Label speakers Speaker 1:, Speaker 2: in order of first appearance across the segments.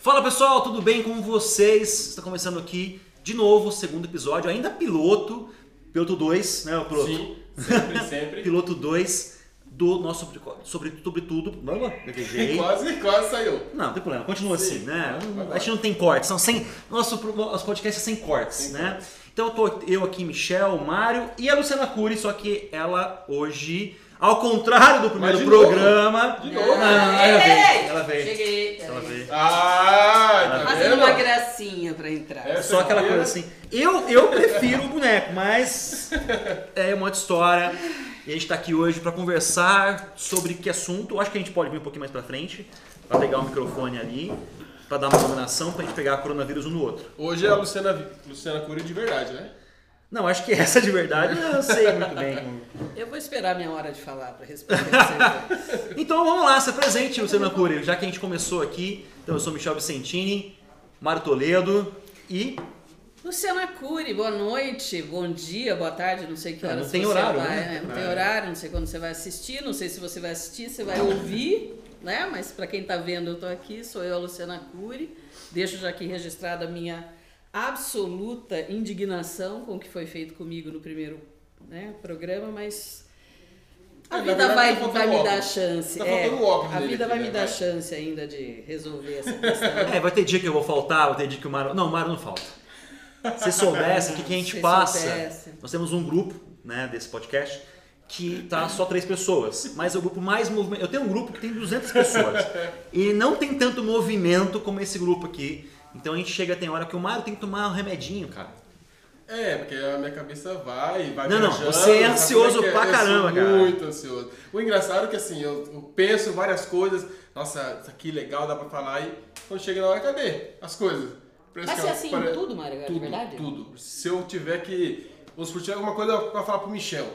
Speaker 1: Fala pessoal, tudo bem com vocês? Está começando aqui de novo o segundo episódio, ainda piloto, piloto 2, né? O piloto,
Speaker 2: Sim, sempre, sempre.
Speaker 1: piloto 2 do nosso sobre, sobre, sobre tudo. Não, gaguejei.
Speaker 2: quase, quase saiu.
Speaker 1: Não, não tem problema, continua
Speaker 2: Sim.
Speaker 1: assim, né?
Speaker 2: Vai lá.
Speaker 1: A gente não tem cortes, são sem. Nosso, nosso podcast é sem cortes,
Speaker 2: Sem
Speaker 1: né? Então eu tô eu aqui, Michel, Mário e a Luciana Cury, só que ela hoje, ao contrário do primeiro
Speaker 2: de novo?
Speaker 1: programa.
Speaker 2: De novo?
Speaker 1: Não, ela veio.
Speaker 3: Ei!
Speaker 1: Ela veio.
Speaker 3: Cheguei.
Speaker 1: Ela veio.
Speaker 2: Ah, tá
Speaker 3: Fazendo uma
Speaker 2: vendo?
Speaker 3: gracinha pra entrar.
Speaker 2: É.
Speaker 1: Só aquela coisa assim. Eu, eu prefiro o boneco, mas é uma outra história. E a gente tá aqui hoje pra conversar sobre que assunto. Eu Acho que a gente pode vir um pouquinho mais pra frente, pra pegar o microfone ali, pra dar uma combinação, pra gente pegar coronavírus um no outro.
Speaker 2: Hoje é a Luciana, Vi- Luciana Cury de verdade, né?
Speaker 1: Não, acho que essa de verdade eu sei muito bem.
Speaker 3: Eu vou esperar minha hora de falar pra responder vocês. dois.
Speaker 1: Então vamos lá, se apresente, Luciana Cury, já que a gente começou aqui. Então eu sou Michel Vicentini, Mário Toledo e.
Speaker 3: Luciana Cury, boa noite, bom dia, boa tarde, não sei que
Speaker 2: É,
Speaker 1: Não,
Speaker 3: horas
Speaker 1: não tem
Speaker 3: você
Speaker 1: horário,
Speaker 3: vai,
Speaker 1: né?
Speaker 3: Não tem horário, não sei quando você vai assistir, não sei se você vai assistir, você vai ouvir, né? Mas pra quem tá vendo, eu tô aqui, sou eu, a Luciana Cury. Deixo já aqui registrada a minha absoluta indignação com o que foi feito comigo no primeiro né, programa, mas
Speaker 2: É,
Speaker 3: a
Speaker 2: na
Speaker 3: vida
Speaker 2: verdade,
Speaker 3: vai,
Speaker 2: tá faltando
Speaker 3: vai me
Speaker 2: óculos.
Speaker 3: dar chance.
Speaker 2: Tá
Speaker 3: é,
Speaker 2: faltando o óculos
Speaker 3: a
Speaker 2: dele
Speaker 3: vida
Speaker 2: aqui,
Speaker 3: vai
Speaker 2: né?
Speaker 3: me dar
Speaker 2: Vai.
Speaker 3: chance ainda de resolver essa questão.
Speaker 1: É, vai ter dia que eu vou faltar, vai ter dia que o Mário. Não, o Mário não falta. Se soubesse o que, que a gente
Speaker 3: Se
Speaker 1: passa.
Speaker 3: soubesse.
Speaker 1: Nós temos um grupo, né, desse podcast, que tá só três pessoas. Mas é o grupo mais movimento. Eu tenho um grupo que tem 200 pessoas. e não tem tanto movimento como esse grupo aqui. Então a gente chega, tem hora que o Mário tem que tomar um remedinho, cara.
Speaker 2: É, porque a minha cabeça vai, vai
Speaker 1: Não, não,
Speaker 2: viajando,
Speaker 1: você é
Speaker 2: sabe
Speaker 1: ansioso
Speaker 2: como é que é?
Speaker 1: pra
Speaker 2: Eu
Speaker 1: caramba,
Speaker 2: sou
Speaker 1: cara.
Speaker 2: muito ansioso. O engraçado é que assim, eu, eu penso várias coisas, nossa, isso aqui é legal, dá pra falar, e quando chega na hora, cadê as coisas? Parece
Speaker 3: Mas
Speaker 2: que
Speaker 3: você é
Speaker 2: eu-
Speaker 3: assim
Speaker 2: pare-
Speaker 3: em tudo, Mário, de
Speaker 2: Tudo,
Speaker 3: verdade?
Speaker 2: tudo. Se eu tiver que. Vamos supor, tiver alguma coisa pra falar pro Michel.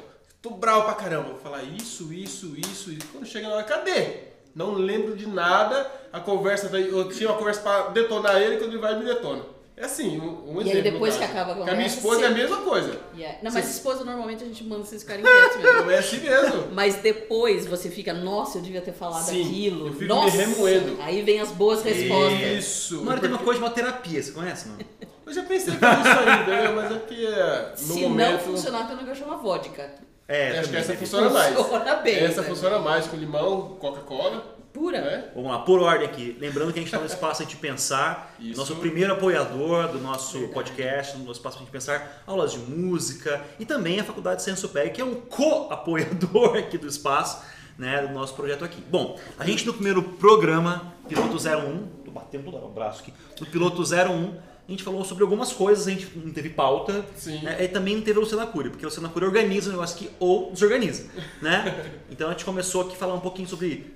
Speaker 2: Tô bravo pra caramba. Vou falar isso, isso, isso, isso. Quando chega na hora, cadê? Não lembro de nada. A conversa daí. Eu tinha uma conversa pra detonar ele, quando ele vai me detona. É assim, um, um
Speaker 3: E aí,
Speaker 2: exemplo, no
Speaker 3: depois
Speaker 2: caso.
Speaker 3: que acaba a
Speaker 2: Porque a minha
Speaker 3: conversa,
Speaker 2: esposa
Speaker 3: você-
Speaker 2: é a mesma coisa.
Speaker 3: Yeah. Não, mas
Speaker 2: Sim.
Speaker 3: esposa normalmente a gente manda vocês ficarem quietos mesmo.
Speaker 2: Não é assim mesmo.
Speaker 3: Mas depois você fica, nossa, eu devia ter falado
Speaker 2: Sim,
Speaker 3: aquilo.
Speaker 2: eu fico me
Speaker 3: nossa.
Speaker 2: remoendo.
Speaker 3: Aí vem as boas respostas.
Speaker 2: Isso.
Speaker 1: O Mário É. tem uma
Speaker 2: porque-
Speaker 1: coisa de uma terapia, você conhece, mano?
Speaker 2: Eu já pensei em fazer isso aí, entendeu? Mas é que é, no
Speaker 3: Se não
Speaker 2: momento.
Speaker 3: funcionar, tem um negócio chama vodka.
Speaker 1: É,
Speaker 2: acho que
Speaker 1: também.
Speaker 2: essa
Speaker 1: né?
Speaker 2: funciona mais.
Speaker 3: Funciona bem,
Speaker 2: Essa
Speaker 3: né?
Speaker 2: funciona mais com limão, Coca-Cola.
Speaker 3: Pura.
Speaker 2: Né?
Speaker 1: Vamos lá, por ordem aqui. Lembrando que a gente está no Espaço A Gente Pensar,
Speaker 2: Isso.
Speaker 1: nosso primeiro apoiador do nosso podcast, no Espaço A Gente Pensar, aulas de música e também a Faculdade de Ciência UPEG, que é um co-apoiador aqui do espaço, né, do nosso projeto aqui. Bom, a gente no primeiro programa, Piloto 01, tô batendo toda hora o braço aqui, do Piloto 01, a gente falou sobre algumas coisas, a gente não teve pauta,
Speaker 2: Sim.
Speaker 1: né, e também não teve a Luciana Cury, porque a Luciana Cury organiza um negócio que ou desorganiza, né? Então a gente começou aqui a falar um pouquinho sobre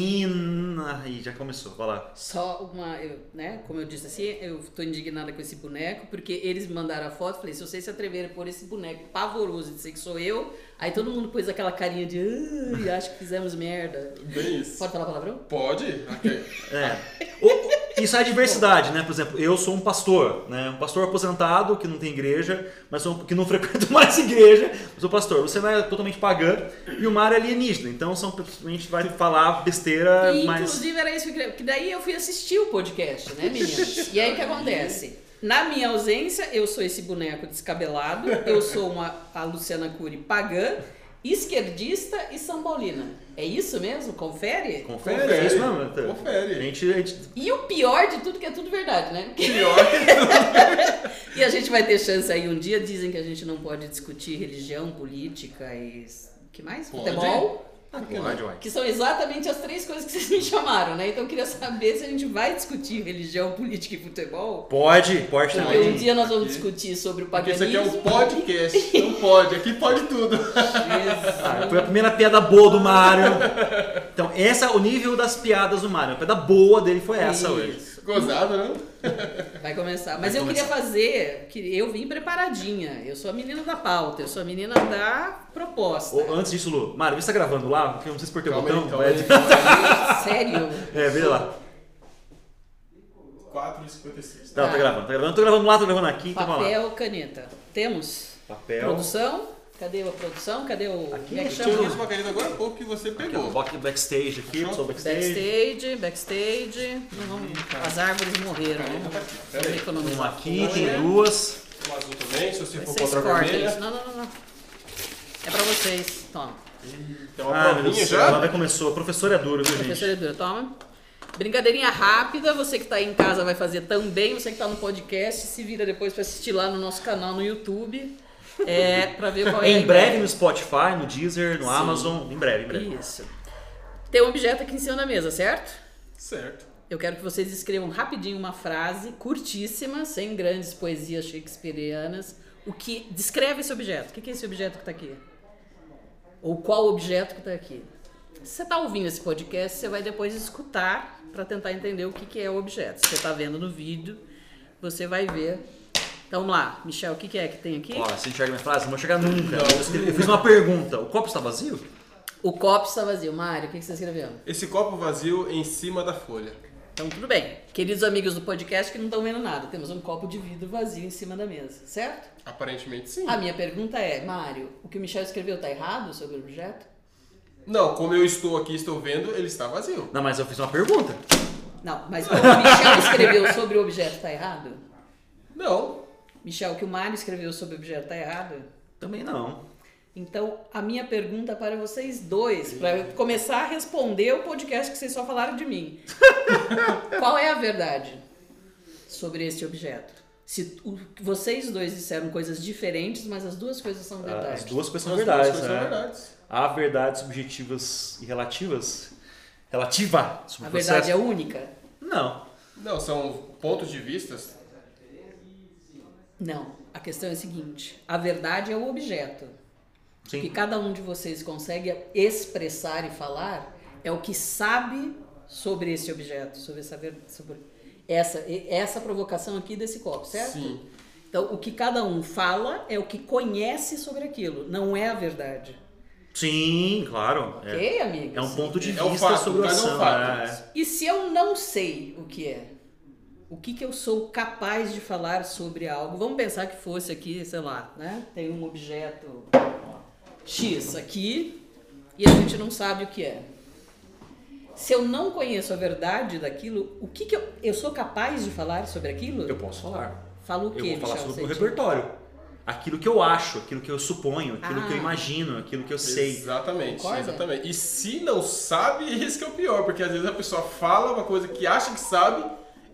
Speaker 1: vacina, e já começou, vai lá.
Speaker 3: Só uma, eu, né? Como eu disse assim, eu tô indignada com esse boneco, porque eles me mandaram a foto, falei, se vocês se atreverem a pôr esse boneco pavoroso e dizer que sou eu, aí todo mundo pôs aquela carinha de "Ai, acho que fizemos merda.
Speaker 2: Bem isso.
Speaker 3: Pode falar palavrão?
Speaker 2: Pode? Ok.
Speaker 1: É. O- isso é a diversidade, né? Por exemplo, eu sou um pastor, né? Um pastor aposentado que não tem igreja, mas sou- um, que não frequento mais igreja, mas sou pastor. Você é totalmente pagã e o mar é alienígena. Então são, a gente vai falar besteira,
Speaker 3: E,
Speaker 1: mas.
Speaker 3: Inclusive era isso que eu queria. Porque daí eu fui assistir o podcast, né, meninas? E aí o que acontece? Na minha ausência, eu sou esse boneco descabelado, eu sou uma, a Luciana Cury pagã, esquerdista e São Paulina. É isso mesmo? Confere?
Speaker 1: Confere,
Speaker 2: Confere,
Speaker 1: é isso mesmo? Nathan?
Speaker 2: confere.
Speaker 1: A gente, a gente-
Speaker 3: E o pior de tudo, que é tudo verdade, né?
Speaker 2: Pior.
Speaker 3: E a gente vai ter chance aí um dia. Dizem que a gente não pode discutir religião, política e. que mais?
Speaker 2: Pode.
Speaker 3: Futebol.
Speaker 1: Ah, pode, vai.
Speaker 3: Que são exatamente as três coisas que vocês me chamaram, né? Então eu queria saber se a gente vai discutir religião, política e futebol.
Speaker 1: Pode, pode
Speaker 3: Porque
Speaker 1: também.
Speaker 3: um dia nós vamos
Speaker 2: Aqui.
Speaker 3: discutir sobre o
Speaker 2: Porque isso
Speaker 3: paganismo.
Speaker 2: aqui é um podcast. Não pode. Aqui pode tudo.
Speaker 1: Ah,
Speaker 3: Jesus.
Speaker 1: foi a primeira piada boa do Mário. Então, esse é o nível das piadas do Mário. A piada boa dele foi essa hoje.
Speaker 3: Isso.
Speaker 2: Gozado, né?
Speaker 3: Vai começar.
Speaker 1: Vai
Speaker 3: Mas eu
Speaker 1: começar.
Speaker 3: queria fazer, que eu vim preparadinha. Eu sou a menina da pauta, eu sou a menina da proposta.
Speaker 1: Ô, antes disso, Lu, Mário, vê se tá gravando lá, porque eu não sei se apertei o
Speaker 2: Calma
Speaker 1: botão.
Speaker 2: aí, calma
Speaker 1: mas-
Speaker 2: aí. calma
Speaker 3: Sério?
Speaker 1: É, vê lá.
Speaker 2: aí. 4,56.
Speaker 1: Tá, tá gravando, tá gravando. Tô gravando lá, tô gravando aqui, tá bom lá.
Speaker 3: Papel, caneta. Temos?
Speaker 1: Então, Papel.
Speaker 3: Produção? Cadê a produção? Cadê o.
Speaker 1: Aqui,
Speaker 3: como
Speaker 1: eu
Speaker 3: é que
Speaker 2: Eu
Speaker 3: chama?
Speaker 2: trouxe uma caneta agora há pouco que você
Speaker 1: Aqui, ó,
Speaker 2: pegou.
Speaker 1: box- backstage aqui, pessoal backstage.
Speaker 3: Backstage, backstage. Não vamos- as árvores morreram. né?
Speaker 2: Caneta tá aqui. Pera
Speaker 3: Vamos né?
Speaker 2: aí.
Speaker 1: Uma
Speaker 3: economizar.
Speaker 1: aqui,
Speaker 3: folha.
Speaker 1: tem duas.
Speaker 2: O um azul também, se você
Speaker 3: Vai
Speaker 2: for
Speaker 3: ser
Speaker 2: contra a
Speaker 3: Scorpions.
Speaker 2: vermelha.
Speaker 3: Não, não, não, não. É pra vocês. Toma.
Speaker 2: Tem uma
Speaker 1: Ah, meu Deus do
Speaker 2: provinha
Speaker 1: céu, ela
Speaker 2: já.
Speaker 1: até começou. Professor é duro, viu, gente?
Speaker 3: Professora Edu, toma. Brincadeirinha rápida, você que está aí em casa vai fazer também, você que está no podcast, se vira depois para assistir lá no nosso canal no YouTube, é, para ver qual é a
Speaker 1: Em
Speaker 3: ideia.
Speaker 1: breve no Spotify, no Deezer, no
Speaker 3: Sim.
Speaker 1: Amazon. Em breve, em breve.
Speaker 3: Isso. Tem um objeto aqui em cima da mesa, certo?
Speaker 2: Certo.
Speaker 3: Eu quero que vocês escrevam rapidinho uma frase curtíssima, sem grandes poesias shakespearianas, o que descreve esse objeto. O que que é esse objeto que está aqui? Ou qual objeto que está aqui? Se você está ouvindo esse podcast, você vai depois escutar para tentar entender o que, que é o objeto. Se você está vendo no vídeo, você vai ver. Então vamos lá, Michel, o que, que é que tem aqui?
Speaker 1: Ó, se enxerga minha frase, não vou chegar nunca. Eu, escrevi- eu fiz uma pergunta. O copo está vazio?
Speaker 3: O copo está vazio. Mário, o que, que você escreveu?
Speaker 2: Esse copo vazio em cima da folha.
Speaker 3: Então, tudo bem. Queridos amigos do podcast que não estão vendo nada, temos um copo de vidro vazio em cima da mesa, certo?
Speaker 2: Aparentemente sim.
Speaker 3: A minha pergunta é, Mário, o que o Michel escreveu tá errado sobre o objeto?
Speaker 2: Não, como eu estou aqui, estou vendo, ele está vazio.
Speaker 1: Não, mas eu fiz uma pergunta.
Speaker 3: Não, mas o que o Michel escreveu sobre o objeto tá errado?
Speaker 2: Não.
Speaker 3: Michel, o que o Mário escreveu sobre o objeto tá errado?
Speaker 1: Também não.
Speaker 3: Então, a minha pergunta para vocês dois, para começar a responder o podcast que vocês só falaram de mim. Qual é a verdade sobre este objeto? Se o- vocês dois disseram coisas diferentes, mas as duas coisas são
Speaker 1: Ah, As
Speaker 3: verdade.
Speaker 1: duas coisas são
Speaker 2: As duas
Speaker 1: verdades,
Speaker 2: coisas
Speaker 1: né?
Speaker 2: são verdades. é.
Speaker 1: Há verdades subjetivas e relativas. Relativa sobre
Speaker 3: A
Speaker 1: o
Speaker 3: verdade
Speaker 1: processo.
Speaker 3: é única?
Speaker 1: Não.
Speaker 2: Não, são pontos de vistas.
Speaker 3: Não. A questão é a seguinte: a verdade é o objeto. O que
Speaker 1: Sim.
Speaker 3: cada um de vocês consegue expressar e falar é o que sabe sobre esse objeto, sobre essa ver- sobre essa e- essa provocação aqui desse copo, certo?
Speaker 2: Sim.
Speaker 3: Então, o que cada um fala é o que conhece sobre aquilo, não é a verdade.
Speaker 1: Sim, claro. É.
Speaker 3: OK, amigos?
Speaker 1: É um ponto de
Speaker 2: É um
Speaker 1: vista
Speaker 2: fato,
Speaker 1: sobre o
Speaker 2: mas é um
Speaker 1: ação.
Speaker 2: fato.
Speaker 1: né?
Speaker 3: E se eu não sei o que é? O que, que eu sou capaz de falar sobre algo? Vamos pensar que fosse aqui, sei lá, né? Tem um objeto X aqui e a gente não sabe o que é. Se eu não conheço a verdade daquilo, o que, que eu, eu sou capaz de falar sobre aquilo?
Speaker 1: Eu posso falar.
Speaker 3: Falo o
Speaker 1: Eu
Speaker 3: que,
Speaker 1: vou falar
Speaker 3: Michel
Speaker 1: sobre o meu
Speaker 3: Senti?
Speaker 1: repertório. Aquilo que eu acho, aquilo que eu suponho, aquilo que eu
Speaker 3: Ah.
Speaker 1: imagino, aquilo que eu sei.
Speaker 2: Exatamente,
Speaker 3: Concorda?
Speaker 2: exatamente. E se não sabe, esse que é o pior, porque às vezes a pessoa fala uma coisa que acha que sabe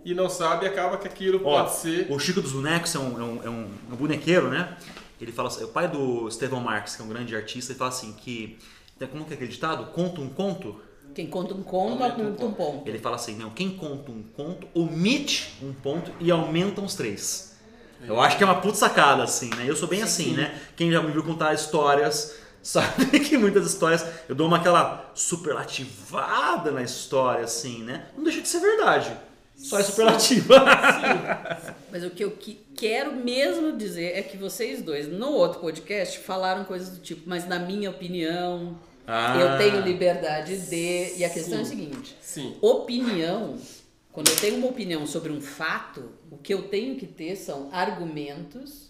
Speaker 2: e não sabe e acaba que aquilo
Speaker 1: Ó,
Speaker 2: pode ser.
Speaker 1: o Chico dos Bonecos é um, é um- é um- é um bonequeiro, né? Ele fala assim, o pai do Estevão Marx, que é um grande artista, ele fala assim que. Como que é aquele ditado? Conta um conto?
Speaker 3: Quem conta um conto,
Speaker 2: Aumenta um
Speaker 3: aponta um ponto.
Speaker 1: Ele fala assim, não, quem conta um conto, omite um ponto e aumentam os três. Eu acho que é uma puta sacada, assim, né? Eu sou bem assim, né? Quem já me viu contar histórias sabe que muitas histórias eu dou uma aquela superlativada na história, assim, né? Não deixa de ser verdade. Só é superlativa.
Speaker 3: Mas o que eu que- quero mesmo dizer é que vocês dois, no outro podcast, falaram coisas do tipo, mas na minha opinião, eu
Speaker 1: Ah.
Speaker 3: tenho liberdade de. E a questão é a
Speaker 2: Ah, Sim.
Speaker 3: seguinte:
Speaker 2: Sim.
Speaker 3: opinião, quando eu tenho uma opinião sobre um fato, o que eu tenho que ter são argumentos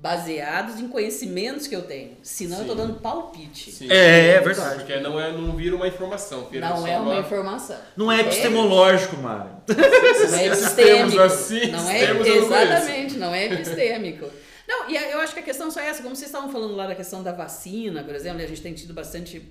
Speaker 3: baseados em conhecimentos que eu tenho. Senão eu tô
Speaker 2: Sim.
Speaker 3: dando palpite.
Speaker 2: sim.
Speaker 1: É, é verdade.
Speaker 2: Porque não, é, não vira uma informação. Vira
Speaker 3: Não
Speaker 2: só
Speaker 3: é uma informação.
Speaker 1: Não é epistemológico, mano.
Speaker 3: Não é
Speaker 2: Esses
Speaker 3: epistêmico.
Speaker 2: termos assim,
Speaker 3: não
Speaker 2: esses
Speaker 3: é,
Speaker 2: termos eu não conheço.
Speaker 3: exatamente, não é epistêmico. Não, e a- eu acho que a questão só é essa, como vocês estavam falando lá da questão da vacina, por exemplo, e a gente tem tido bastante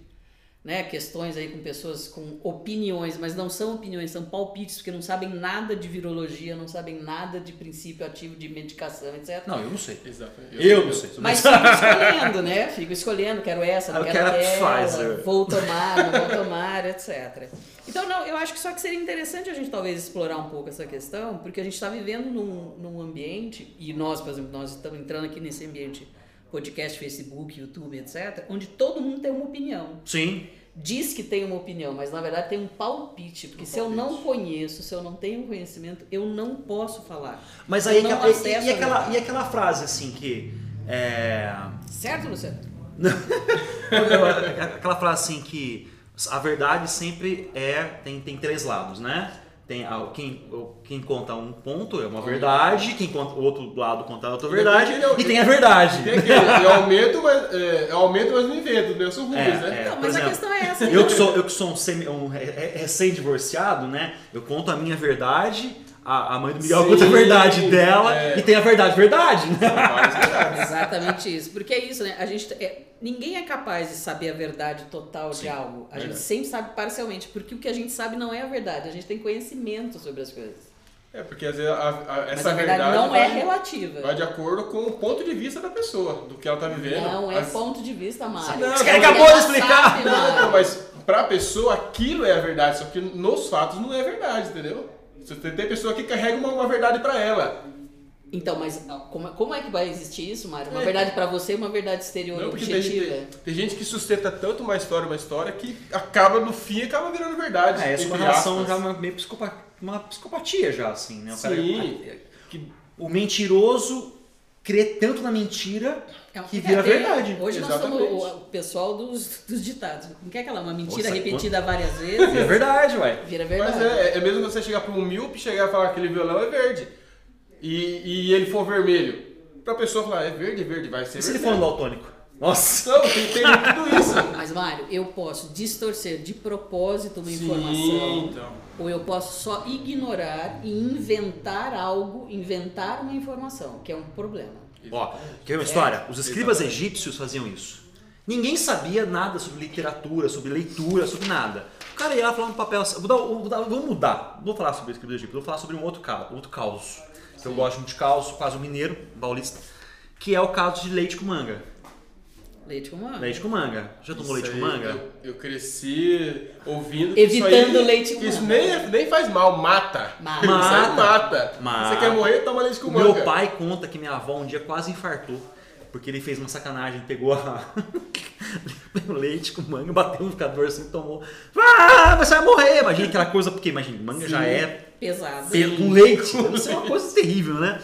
Speaker 3: né, questões aí com pessoas com opiniões, mas não são opiniões, são palpites, porque não sabem nada de virologia, não sabem nada de princípio ativo de medicação, etc.
Speaker 1: Não, eu não sei.
Speaker 2: Exatamente.
Speaker 1: Eu não sei.
Speaker 3: Mas fico escolhendo, né? Fico escolhendo, quero essa, não
Speaker 1: Eu
Speaker 3: quero
Speaker 1: quero
Speaker 3: aquela,
Speaker 1: Pfizer.
Speaker 3: vou tomar, não vou tomar, etc. Então, não, eu acho que só que seria interessante a gente talvez explorar um pouco essa questão, porque a gente está vivendo num, num ambiente, e nós, por exemplo, nós estamos entrando aqui nesse ambiente podcast, Facebook, YouTube, etc., onde todo mundo tem uma opinião.
Speaker 1: Sim.
Speaker 3: Diz que tem uma opinião, mas na verdade tem um palpite, porque se eu não conheço, se eu não tenho conhecimento, eu não posso falar.
Speaker 1: Mas
Speaker 3: Eu
Speaker 1: aí é
Speaker 3: não
Speaker 1: que- e-
Speaker 3: acesso
Speaker 1: e, aquela,
Speaker 3: a-
Speaker 1: e aquela frase assim que. É,
Speaker 3: Certo, Luciano?
Speaker 1: Aquela frase assim que a verdade sempre é tem, tem três lados, né? Tem ah, quem, quem conta um ponto é uma verdade, quem conta o outro lado conta outra verdade,
Speaker 2: Ele é o-
Speaker 1: e tem a verdade.
Speaker 2: Tem aquele, eu aumento, mas, é, eu aumento, mas não invento, né? Eu sou ruim,
Speaker 1: É,
Speaker 2: né?
Speaker 1: é.
Speaker 3: Então,
Speaker 1: por
Speaker 3: mas
Speaker 1: exemplo,
Speaker 3: a questão é essa.
Speaker 1: Eu que sou, eu que sou um, semi- um re- re- recém-divorciado, né? Eu conto a minha verdade, a, a mãe do Miguel
Speaker 2: Sim,
Speaker 1: conta a verdade dela
Speaker 2: é.
Speaker 1: e tem a verdade, verdade, né?
Speaker 2: Várias verdades.
Speaker 3: Exatamente isso. Porque é isso, né? A gente, é- ninguém é capaz de saber a verdade total de algo. A
Speaker 2: verdade.
Speaker 3: gente sempre sabe parcialmente, porque o que a gente sabe não é a verdade. A gente tem conhecimento sobre as coisas.
Speaker 2: É, porque às vezes a- a-
Speaker 3: Mas
Speaker 2: essa
Speaker 3: a verdade, não é
Speaker 2: vai,
Speaker 3: relativa.
Speaker 2: vai de acordo com o ponto de vista da pessoa, do que ela tá vivendo.
Speaker 3: Não é
Speaker 2: As-
Speaker 3: ponto de vista, Mário.
Speaker 2: Não,
Speaker 3: Você
Speaker 2: não,
Speaker 1: acabou de
Speaker 3: não
Speaker 1: explicar.
Speaker 3: sabe,
Speaker 2: Não,
Speaker 3: Mário.
Speaker 2: não, mas pra pessoa aquilo é a verdade, só que nos fatos não é verdade, entendeu? Você tem, tem pessoa que carrega uma, uma verdade pra ela.
Speaker 3: Então, mas como, como é que vai existir isso, Mário? Uma
Speaker 2: É.
Speaker 3: verdade pra você e uma verdade exterior
Speaker 2: Não, porque tem,
Speaker 3: objetiva.
Speaker 2: tem, tem gente que sustenta tanto uma história, uma história, que acaba no fim acaba virando verdade.
Speaker 1: É, essa é uma
Speaker 2: entre
Speaker 1: relação
Speaker 2: aspas.
Speaker 1: já uma- meio psicopa- uma psicopatia já, assim, né? O, cara-
Speaker 2: Sim. Que-
Speaker 1: o mentiroso crê tanto na mentira
Speaker 3: É um-
Speaker 1: que vira
Speaker 3: é, tem-
Speaker 1: verdade.
Speaker 3: Hoje nós
Speaker 2: Exatamente.
Speaker 3: somos o, o pessoal dos, dos ditados. Não quer aquela uma mentira
Speaker 1: Nossa,
Speaker 3: repetida várias
Speaker 1: É
Speaker 3: vezes?
Speaker 1: verdade, ué.
Speaker 3: Vira
Speaker 2: Mas
Speaker 3: verdade.
Speaker 2: é, é mesmo você chegar pra um míope e chegar e falar que aquele violão é verde. E, e ele for vermelho. Pra pessoa falar, é verde, é verde, vai ser
Speaker 1: E se ele
Speaker 2: vermelho.
Speaker 1: for um daltônico? Nossa!
Speaker 2: Não, tem, tem tudo isso.
Speaker 3: Mas, Mário, eu posso distorcer de propósito uma
Speaker 2: Sim,
Speaker 3: informação.
Speaker 2: então.
Speaker 3: Ou eu posso só ignorar e inventar algo, inventar uma informação, que é um problema.
Speaker 1: Ó, quer ver uma história? Os escribas egípcios faziam isso. Ninguém sabia nada sobre literatura, sobre leitura, sobre nada. O cara ia lá falar um papel. assim, Vou, dar, vou, dar- vou mudar. Não vou falar sobre escribas egípcios, vou falar sobre um outro caso. Outro caos. Que eu gosto muito de caos, quase um mineiro, paulista. Que é o caso de leite com manga.
Speaker 3: Leite com manga.
Speaker 1: Leite com manga. Já tomou leite com
Speaker 2: Isso aí,
Speaker 1: manga?
Speaker 2: Eu, eu cresci ouvindo. que
Speaker 3: Evitando
Speaker 2: isso aí-
Speaker 3: leite com
Speaker 2: que Isso
Speaker 3: manga.
Speaker 2: nem, nem faz mal, mata.
Speaker 3: Mata.
Speaker 2: Isso aí mata.
Speaker 1: Mata.
Speaker 2: Você quer morrer, toma leite com
Speaker 1: O
Speaker 2: manga.
Speaker 1: meu pai conta que minha avó um dia quase infartou, porque ele fez uma sacanagem, pegou a... o leite com manga, bateu no ficador assim, tomou. Ah, você vai morrer! Imagina aquela coisa, porque imagina, manga já é
Speaker 3: Pesado.
Speaker 1: pe- com leite, deve ser uma coisa terrível, né?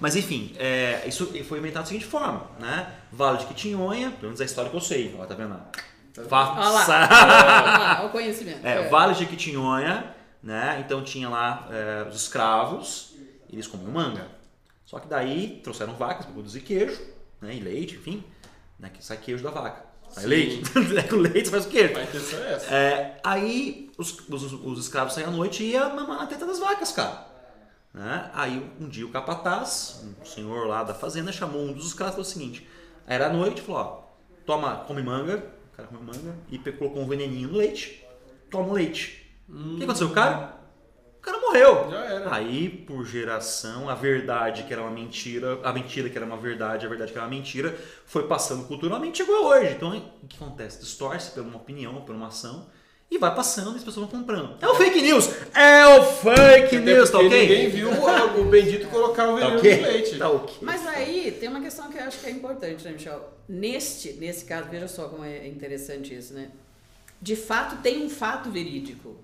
Speaker 1: Mas enfim, é, isso foi inventado da seguinte forma, né? Vale de Quitinhonha, pelo menos é a história que eu sei, ó, tá vendo?
Speaker 3: Olha lá.
Speaker 1: Faça!
Speaker 3: Olha lá, olha Ah, o conhecimento.
Speaker 1: É, Vale de Quitinhonha, né? Então tinha lá é, os escravos, eles comiam manga. Só que daí trouxeram vacas para produzir queijo, né? E leite, enfim. Né? Que sai queijo da vaca. Sai
Speaker 2: Sim.
Speaker 1: leite. Com leite você faz o queijo.
Speaker 2: A intenção é essa.
Speaker 1: É, aí os, os- os escravos saíam à noite e iam mamar na teta das vacas, cara. Né? Aí um dia o capataz, um senhor lá da fazenda, chamou um dos escravos e falou o seguinte: era à noite, falou: ó, toma, come manga, o cara comeu manga, e pe- colocou um veneninho no leite, toma o leite. O que aconteceu, cara? O cara morreu.
Speaker 2: Já era.
Speaker 1: Aí, por geração, a verdade que era uma mentira, a mentira que era uma verdade, a verdade que era uma mentira, foi passando culturalmente e chegou a hoje. Então, o que acontece? Distorce por uma opinião, por uma ação, e vai passando e as pessoas vão comprando. É o fake news! É o fake
Speaker 2: Até
Speaker 1: news, tá
Speaker 2: porque
Speaker 1: ok?
Speaker 2: Ninguém viu o, o bendito colocar o
Speaker 1: Tá
Speaker 2: veneno
Speaker 1: ok?
Speaker 2: no leite.
Speaker 1: Tá ok.
Speaker 3: Mas aí tem uma questão que eu acho que é importante, né, Michel? Neste, nesse caso, veja só como é interessante isso, né? De fato, tem um fato verídico.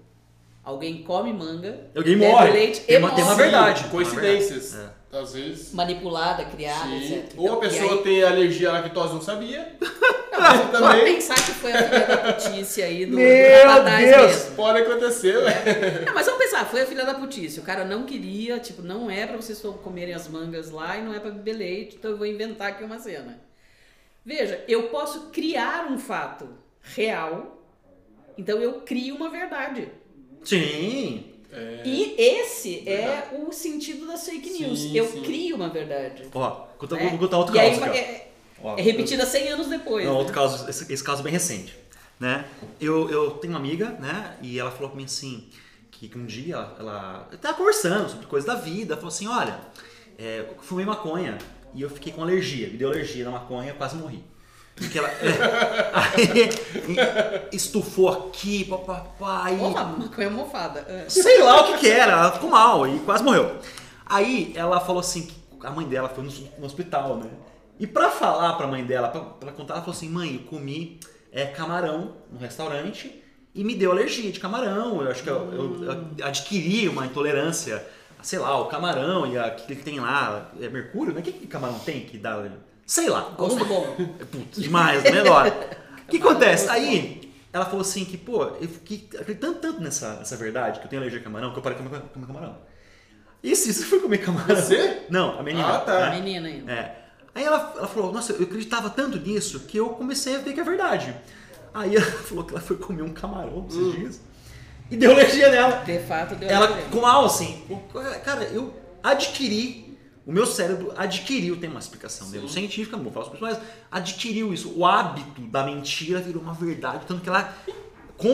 Speaker 3: Alguém come manga,
Speaker 1: Alguém
Speaker 3: bebe
Speaker 1: morre.
Speaker 3: leite
Speaker 1: Tem
Speaker 3: e
Speaker 1: uma- tem uma
Speaker 3: morre.
Speaker 1: verdade.
Speaker 2: Coincidências.
Speaker 1: É.
Speaker 2: Às vezes.
Speaker 3: Manipulada, criada,
Speaker 2: Sim.
Speaker 3: etc.
Speaker 2: Ou a
Speaker 3: Então, e
Speaker 2: pessoa
Speaker 3: aí-
Speaker 2: tem alergia à lactose, não sabia.
Speaker 3: Não,
Speaker 2: Também.
Speaker 3: só pensar que foi a filha da putícia aí do,
Speaker 1: Meu
Speaker 3: do rapaz
Speaker 1: Deus.
Speaker 3: mesmo.
Speaker 2: Pode acontecer, ué.
Speaker 3: Não, mas vamos pensar, foi a filha da putícia. O cara não queria, tipo, não é pra vocês só comerem as mangas lá e não é pra beber leite, então eu vou inventar aqui uma cena. Veja, eu posso criar um fato real, então eu crio uma verdade.
Speaker 1: Sim!
Speaker 3: E esse
Speaker 2: Verdade.
Speaker 3: é o sentido das fake
Speaker 2: Sim,
Speaker 3: news. eu
Speaker 2: sim.
Speaker 3: crio uma verdade.
Speaker 1: Ó, conta,
Speaker 3: né?
Speaker 1: vou contar outro
Speaker 3: e
Speaker 1: caso.
Speaker 3: aí,
Speaker 1: aqui, ó.
Speaker 3: é,
Speaker 1: Ó,
Speaker 3: é repetida 100 anos depois.
Speaker 1: Não,
Speaker 3: né?
Speaker 1: outro caso, esse, esse caso bem recente, né? Eu, eu tenho uma amiga, né? E ela falou pra mim assim, que, que um dia ela, ela tava conversando sobre coisas da vida, falou assim, olha, é, eu fumei maconha e eu fiquei com alergia, me deu alergia na maconha, eu quase morri. Porque ela aí, estufou aqui, papapá, e
Speaker 3: Opa, maconha mofada. Ah.
Speaker 1: sei lá o que que era, ela ficou mal e quase morreu. Aí ela falou assim, que a mãe dela foi no, no hospital, né? E pra falar pra mãe dela, pra, pra contar, ela falou assim, mãe, eu comi é, camarão no restaurante e me deu alergia de camarão, eu acho que eu, eu adquiri uma intolerância, sei lá, o camarão e a- que tem lá, é mercúrio, né? O que que camarão tem que dá, sei lá.
Speaker 3: Gosto bom.
Speaker 1: Putz, demais, né, Dora? O que acontece? Aí Ela falou assim que, pô, eu fiquei acreditando tanto nessa, nessa verdade que eu tenho alergia a camarão que eu parei de comer, comer camarão. Isso, isso foi comer camarão.
Speaker 2: Você?
Speaker 1: Não, a menina.
Speaker 2: Ah, tá.
Speaker 3: A
Speaker 1: né?
Speaker 3: menina ainda.
Speaker 1: É. Aí ela, ela falou, nossa, eu acreditava tanto nisso que eu comecei a ver que é verdade. Aí ela falou que ela foi comer um camarão esses
Speaker 2: Hum.
Speaker 1: dias e deu alergia nela.
Speaker 3: De fato, deu
Speaker 1: Ela
Speaker 3: alergia.
Speaker 1: com mal, assim. o- Cara, eu adquiri, o meu cérebro adquiriu, tem uma explicação neurocientífica, não vou falar sobre isso, mas adquiriu isso. O hábito da mentira virou uma verdade, tanto que ela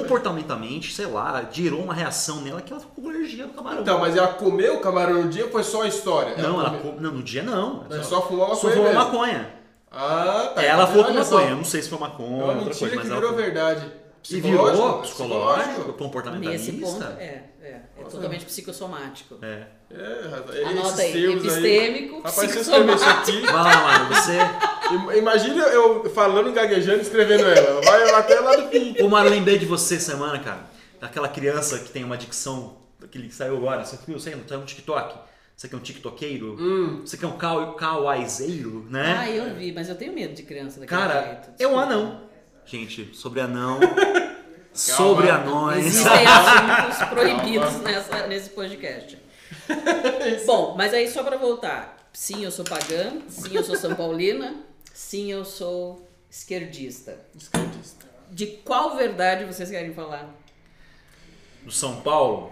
Speaker 1: comportamentalmente, sei lá, gerou uma reação nela que ela ficou com alergia no camarão.
Speaker 2: Então, é mas ela comeu o camarão no dia ou foi só a história?
Speaker 1: não, ela,
Speaker 2: comeu.
Speaker 1: co- não, no dia não.
Speaker 2: Ela é só fumou uma
Speaker 1: só
Speaker 2: coisa.
Speaker 1: fumou
Speaker 2: mesmo.
Speaker 1: maconha.
Speaker 2: Ah, tá.
Speaker 1: Ela
Speaker 2: Então,
Speaker 1: falou com
Speaker 2: olha só.
Speaker 1: maconha, eu não sei se foi
Speaker 2: É
Speaker 1: maconha,
Speaker 2: uma
Speaker 1: outra
Speaker 2: mentira
Speaker 1: coisa,
Speaker 2: que
Speaker 1: mas
Speaker 2: virou
Speaker 1: ela...
Speaker 2: verdade.
Speaker 1: E
Speaker 2: Psicológico,
Speaker 1: virou psicológico, comportamentalista.
Speaker 3: Nesse ponto, é, é, é totalmente psicossomático.
Speaker 1: É.
Speaker 2: É, rapaz, esses
Speaker 3: Anota aí,
Speaker 2: termos
Speaker 3: epistêmico,
Speaker 2: Rapaz, se eu escrever isso aqui,
Speaker 1: Vai lá, Mário, você...
Speaker 2: im- imagina eu falando, gaguejando, escrevendo ela. Vai até lá do fim.
Speaker 1: Ô, Mário, lembrei de você essa semana, cara. Daquela criança que tem uma adicção, aquele que saiu agora, você viu? Você é um TikTok? Você que é um tiktokeiro? Você que é um kau- kauaizeiro, né?
Speaker 3: Ah, eu vi, mas eu tenho medo de criança daquele
Speaker 1: cara,
Speaker 3: jeito.
Speaker 1: é um anão. Gente, sobre anão... sobre anões.
Speaker 3: Existem assuntos proibidos nessa- nesse podcast. Bom, mas aí só pra voltar. Sim, eu sou pagã. Sim, eu sou São Paulina. Sim, eu sou esquerdista.
Speaker 2: Esquerdista.
Speaker 3: De qual verdade vocês querem falar?
Speaker 1: Do São Paulo...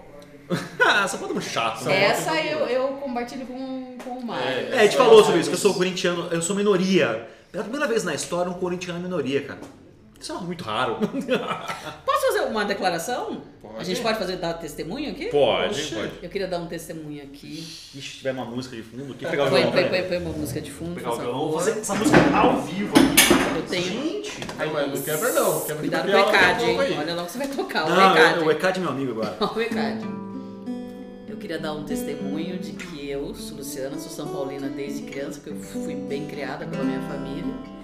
Speaker 1: São Paulo é um chato, né?
Speaker 3: Essa eu, eu compartilho com, com o Mário.
Speaker 1: É, a gente falou sobre isso, que eu sou corintiano, eu sou minoria. Pela primeira vez na história, um corintiano é minoria, cara. Isso é muito raro.
Speaker 3: Posso fazer uma declaração?
Speaker 2: Pode.
Speaker 3: A gente pode fazer dar testemunho aqui?
Speaker 1: Pode,
Speaker 2: Oxe.
Speaker 1: pode.
Speaker 3: Eu queria dar um testemunho aqui.
Speaker 1: Ixi, se tiver uma música de fundo, quem pegar o
Speaker 3: Põe, põe,
Speaker 1: violão? né?
Speaker 3: põe, põe uma música de fundo,
Speaker 1: Pegar o
Speaker 3: por
Speaker 1: violão,
Speaker 3: favor.
Speaker 1: vou fazer essa música ao vivo aqui.
Speaker 3: Eu tenho.
Speaker 1: Gente!
Speaker 2: Não, mas não quebra não. Quebra
Speaker 3: Cuidado
Speaker 2: que
Speaker 3: com o
Speaker 2: eu vou
Speaker 3: ECAD,
Speaker 2: criar
Speaker 3: hein?
Speaker 2: uma aí.
Speaker 3: Olha lá o que você vai tocar, o
Speaker 1: Não,
Speaker 3: ECAD.
Speaker 1: eu- o ECAD é meu amigo agora.
Speaker 3: Ó, verdade. Eu queria dar um testemunho de que eu, sou Luciana, sou São Paulina desde criança, porque eu fui bem criada pela minha família.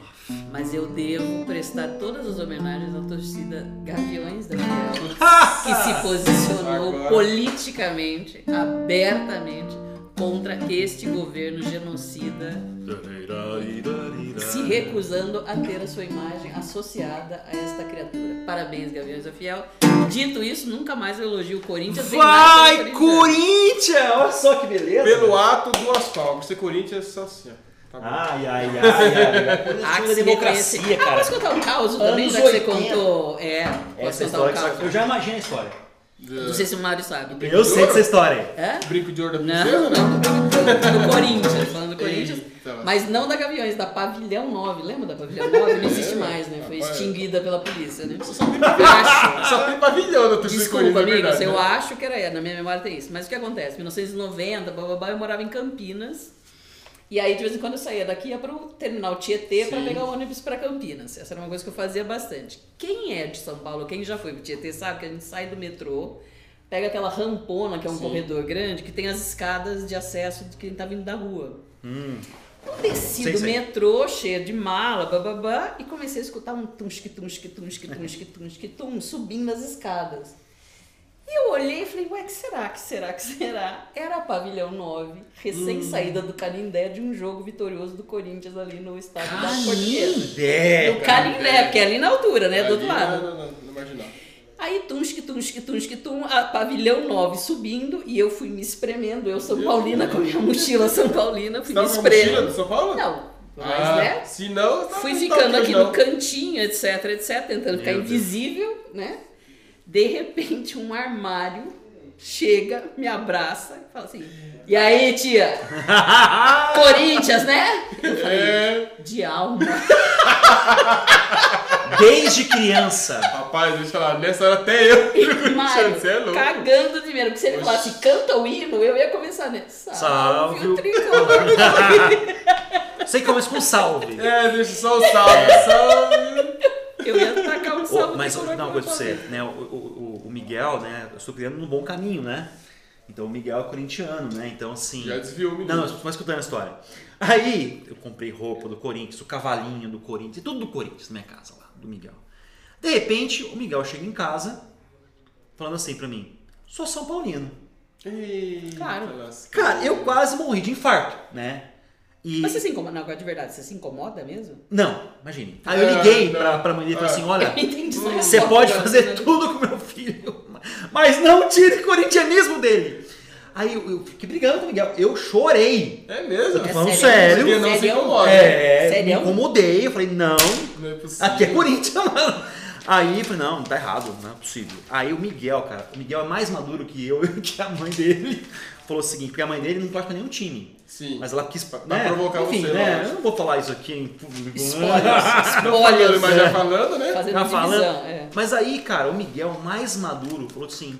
Speaker 3: Mas eu devo prestar todas as homenagens à torcida Gaviões da Fiel, que se posicionou
Speaker 2: Agora.
Speaker 3: politicamente, abertamente, contra este governo genocida, se recusando a ter a sua imagem associada a esta criatura. Parabéns, Gaviões da Fiel. Dito isso, nunca mais eu elogio o Corinthians. nem nada
Speaker 1: Vai,
Speaker 3: pelo Corinthians.
Speaker 1: Corinthians! Olha só que beleza!
Speaker 2: Pelo ato, duas palmas. Ser Corinthians é só assim, ó. Tá bom.
Speaker 1: Ai, ai, ai, ai. ai. Coisa
Speaker 3: Ah, que
Speaker 1: da
Speaker 3: se reconhecer.
Speaker 1: democracia,
Speaker 3: Ah,
Speaker 1: cara.
Speaker 3: posso contar um caos também,
Speaker 1: Anos
Speaker 3: já que
Speaker 1: 80.
Speaker 3: você contou? É, posso
Speaker 1: Essa
Speaker 3: contar um
Speaker 1: história que
Speaker 3: caos.
Speaker 1: só... Eu já imagino a história.
Speaker 3: Não sei se o Mário sabe.
Speaker 1: Eu sei dessa história.
Speaker 3: Hã?
Speaker 2: Brinco de ouro da
Speaker 3: Não,
Speaker 2: princesa, né?
Speaker 3: não, do do Corinthians, falando do Corinthians.
Speaker 1: tá
Speaker 2: Eita, mas-
Speaker 3: Mas não da Gaviões, da Pavilhão 9. Lembra da Pavilhão 9? Não existe
Speaker 1: É,
Speaker 2: Lembra?
Speaker 3: mais, né? Foi
Speaker 2: Rapaz.
Speaker 3: extinguida pela polícia, né?
Speaker 2: Só tem pavilhão.
Speaker 3: Eu acho.
Speaker 2: Só tem pavilhão da torcida do Corinthians,
Speaker 3: Desculpa,
Speaker 2: é verdade,
Speaker 3: amigos, eu
Speaker 2: né?
Speaker 3: acho que era, é, na minha memória tem isso. Mas o que acontece? 1990, bababá, eu morava em Campinas. E aí, de vez em quando, eu saía daqui, ia para o terminal Tietê para
Speaker 2: Sim.
Speaker 3: pegar o ônibus para Campinas. Essa era uma coisa que eu fazia bastante. Quem é de São Paulo, quem já foi pro Tietê, sabe que a gente sai do metrô, pega aquela rampona, que é um corredor grande, que tem as escadas de acesso de quem tá vindo da rua.
Speaker 2: Hum.
Speaker 3: Eu desci
Speaker 1: Sei,
Speaker 3: do
Speaker 1: sei.
Speaker 3: metrô, cheia de mala, bababá, e comecei a escutar um tunsk, tunsk, tunsk, tunsk, tunsk, tum, subindo as escadas. E eu olhei e falei, ué, que será, que será, que será? Era a Pavilhão 9,
Speaker 2: Hum.
Speaker 3: recém-saída do Canindé de um jogo vitorioso do Corinthians ali no estádio da Corinthians.
Speaker 1: Ideia.
Speaker 3: Do Canindé, porque é ali na altura, né, do outro
Speaker 2: Ali,
Speaker 3: lado.
Speaker 2: Não, não, não, não imaginava.
Speaker 3: Aí, tunsk, tunsk, tunsk, tum, a pavilhão 9 subindo e eu fui me espremendo. Eu, São
Speaker 2: Meu
Speaker 3: Paulina, com a minha mochila São Paulina,
Speaker 2: Você
Speaker 3: fui me
Speaker 2: tava com a mochila
Speaker 3: espremendo.
Speaker 2: do São Paulo?
Speaker 3: Não, mas
Speaker 2: Ah,
Speaker 3: né?
Speaker 2: Se não, tá-
Speaker 3: Fui
Speaker 2: não tá
Speaker 3: ficando
Speaker 2: hoje,
Speaker 3: aqui
Speaker 2: não.
Speaker 3: no cantinho, etc, etc, tentando ficar
Speaker 1: Meu Deus.
Speaker 3: invisível, né? De repente, um armário chega, me abraça e fala assim: E aí, tia? Corinthians, né? Eu falei:
Speaker 2: É,
Speaker 3: De alma.
Speaker 1: Desde criança.
Speaker 2: rapaz, deixa eu falar, nessa hora até eu. juro,
Speaker 3: Mário,
Speaker 2: Você é louco.
Speaker 3: cagando de medo. Porque se ele
Speaker 2: Oxi.
Speaker 3: falasse canta o hino, eu ia começar nessa.
Speaker 1: Salve o-
Speaker 3: o tricolor.
Speaker 1: Sei que começa com salve.
Speaker 2: É, deixa só o salve,
Speaker 1: É.
Speaker 2: salve.
Speaker 3: Eu ia tacar um
Speaker 1: Ô,
Speaker 3: salve
Speaker 1: mas
Speaker 3: tricolor
Speaker 1: não,
Speaker 3: na
Speaker 1: uma coisa pra você,
Speaker 3: cabeça.
Speaker 1: né? O, o- o- o Miguel, né? Eu estou criando num bom caminho, né? Então o Miguel é corintiano, né? Então assim.
Speaker 2: Já desviou o menino.
Speaker 1: Não, mas escutando a história. Aí eu comprei roupa do Corinthians, o cavalinho do Corinthians, tudo do Corinthians na minha casa lá, do Miguel. De repente, o Miguel chega em casa falando assim pra mim: sou São Paulino.
Speaker 2: Eita,
Speaker 3: Claro.
Speaker 2: lasca.
Speaker 1: Cara, eu quase morri de infarto, né? E
Speaker 3: Mas você se incomoda? Não, agora de verdade, você se incomoda mesmo?
Speaker 1: não, imagine. Aí eu
Speaker 2: É,
Speaker 1: liguei
Speaker 2: não.
Speaker 1: pra, pra mãe dele e falei
Speaker 2: É.
Speaker 1: assim: olha,
Speaker 3: Entendi.
Speaker 1: você pode fazer tudo com meu filho, mas não tire o corintianismo dele. Aí eu, eu fiquei brigando com o Miguel. Eu chorei.
Speaker 2: É mesmo?
Speaker 1: Eu tô falando sério.
Speaker 2: Porque não se incomoda.
Speaker 1: É, me
Speaker 3: Sério?
Speaker 1: incomodei. Eu falei, não,
Speaker 2: Não é possível.
Speaker 1: aqui é Corinthians, mano. Aí eu falei, não, tá errado, não é possível. Aí o Miguel, cara, o Miguel é mais maduro que eu e que a mãe dele. Falou o seguinte, porque a mãe dele não torce pra nenhum time.
Speaker 2: Sim.
Speaker 1: Mas ela quis
Speaker 2: pra provocar
Speaker 1: Enfim,
Speaker 2: você,
Speaker 1: né?
Speaker 2: lógico.
Speaker 1: Eu não vou falar isso aqui em público.
Speaker 3: Spoilers,
Speaker 2: Falando,
Speaker 3: spoilers.
Speaker 2: mas já falando, né?
Speaker 3: Fazendo
Speaker 1: Tá
Speaker 3: divisão,
Speaker 1: falando.
Speaker 3: é.
Speaker 1: Mas aí, cara, o Miguel, mais maduro, falou assim: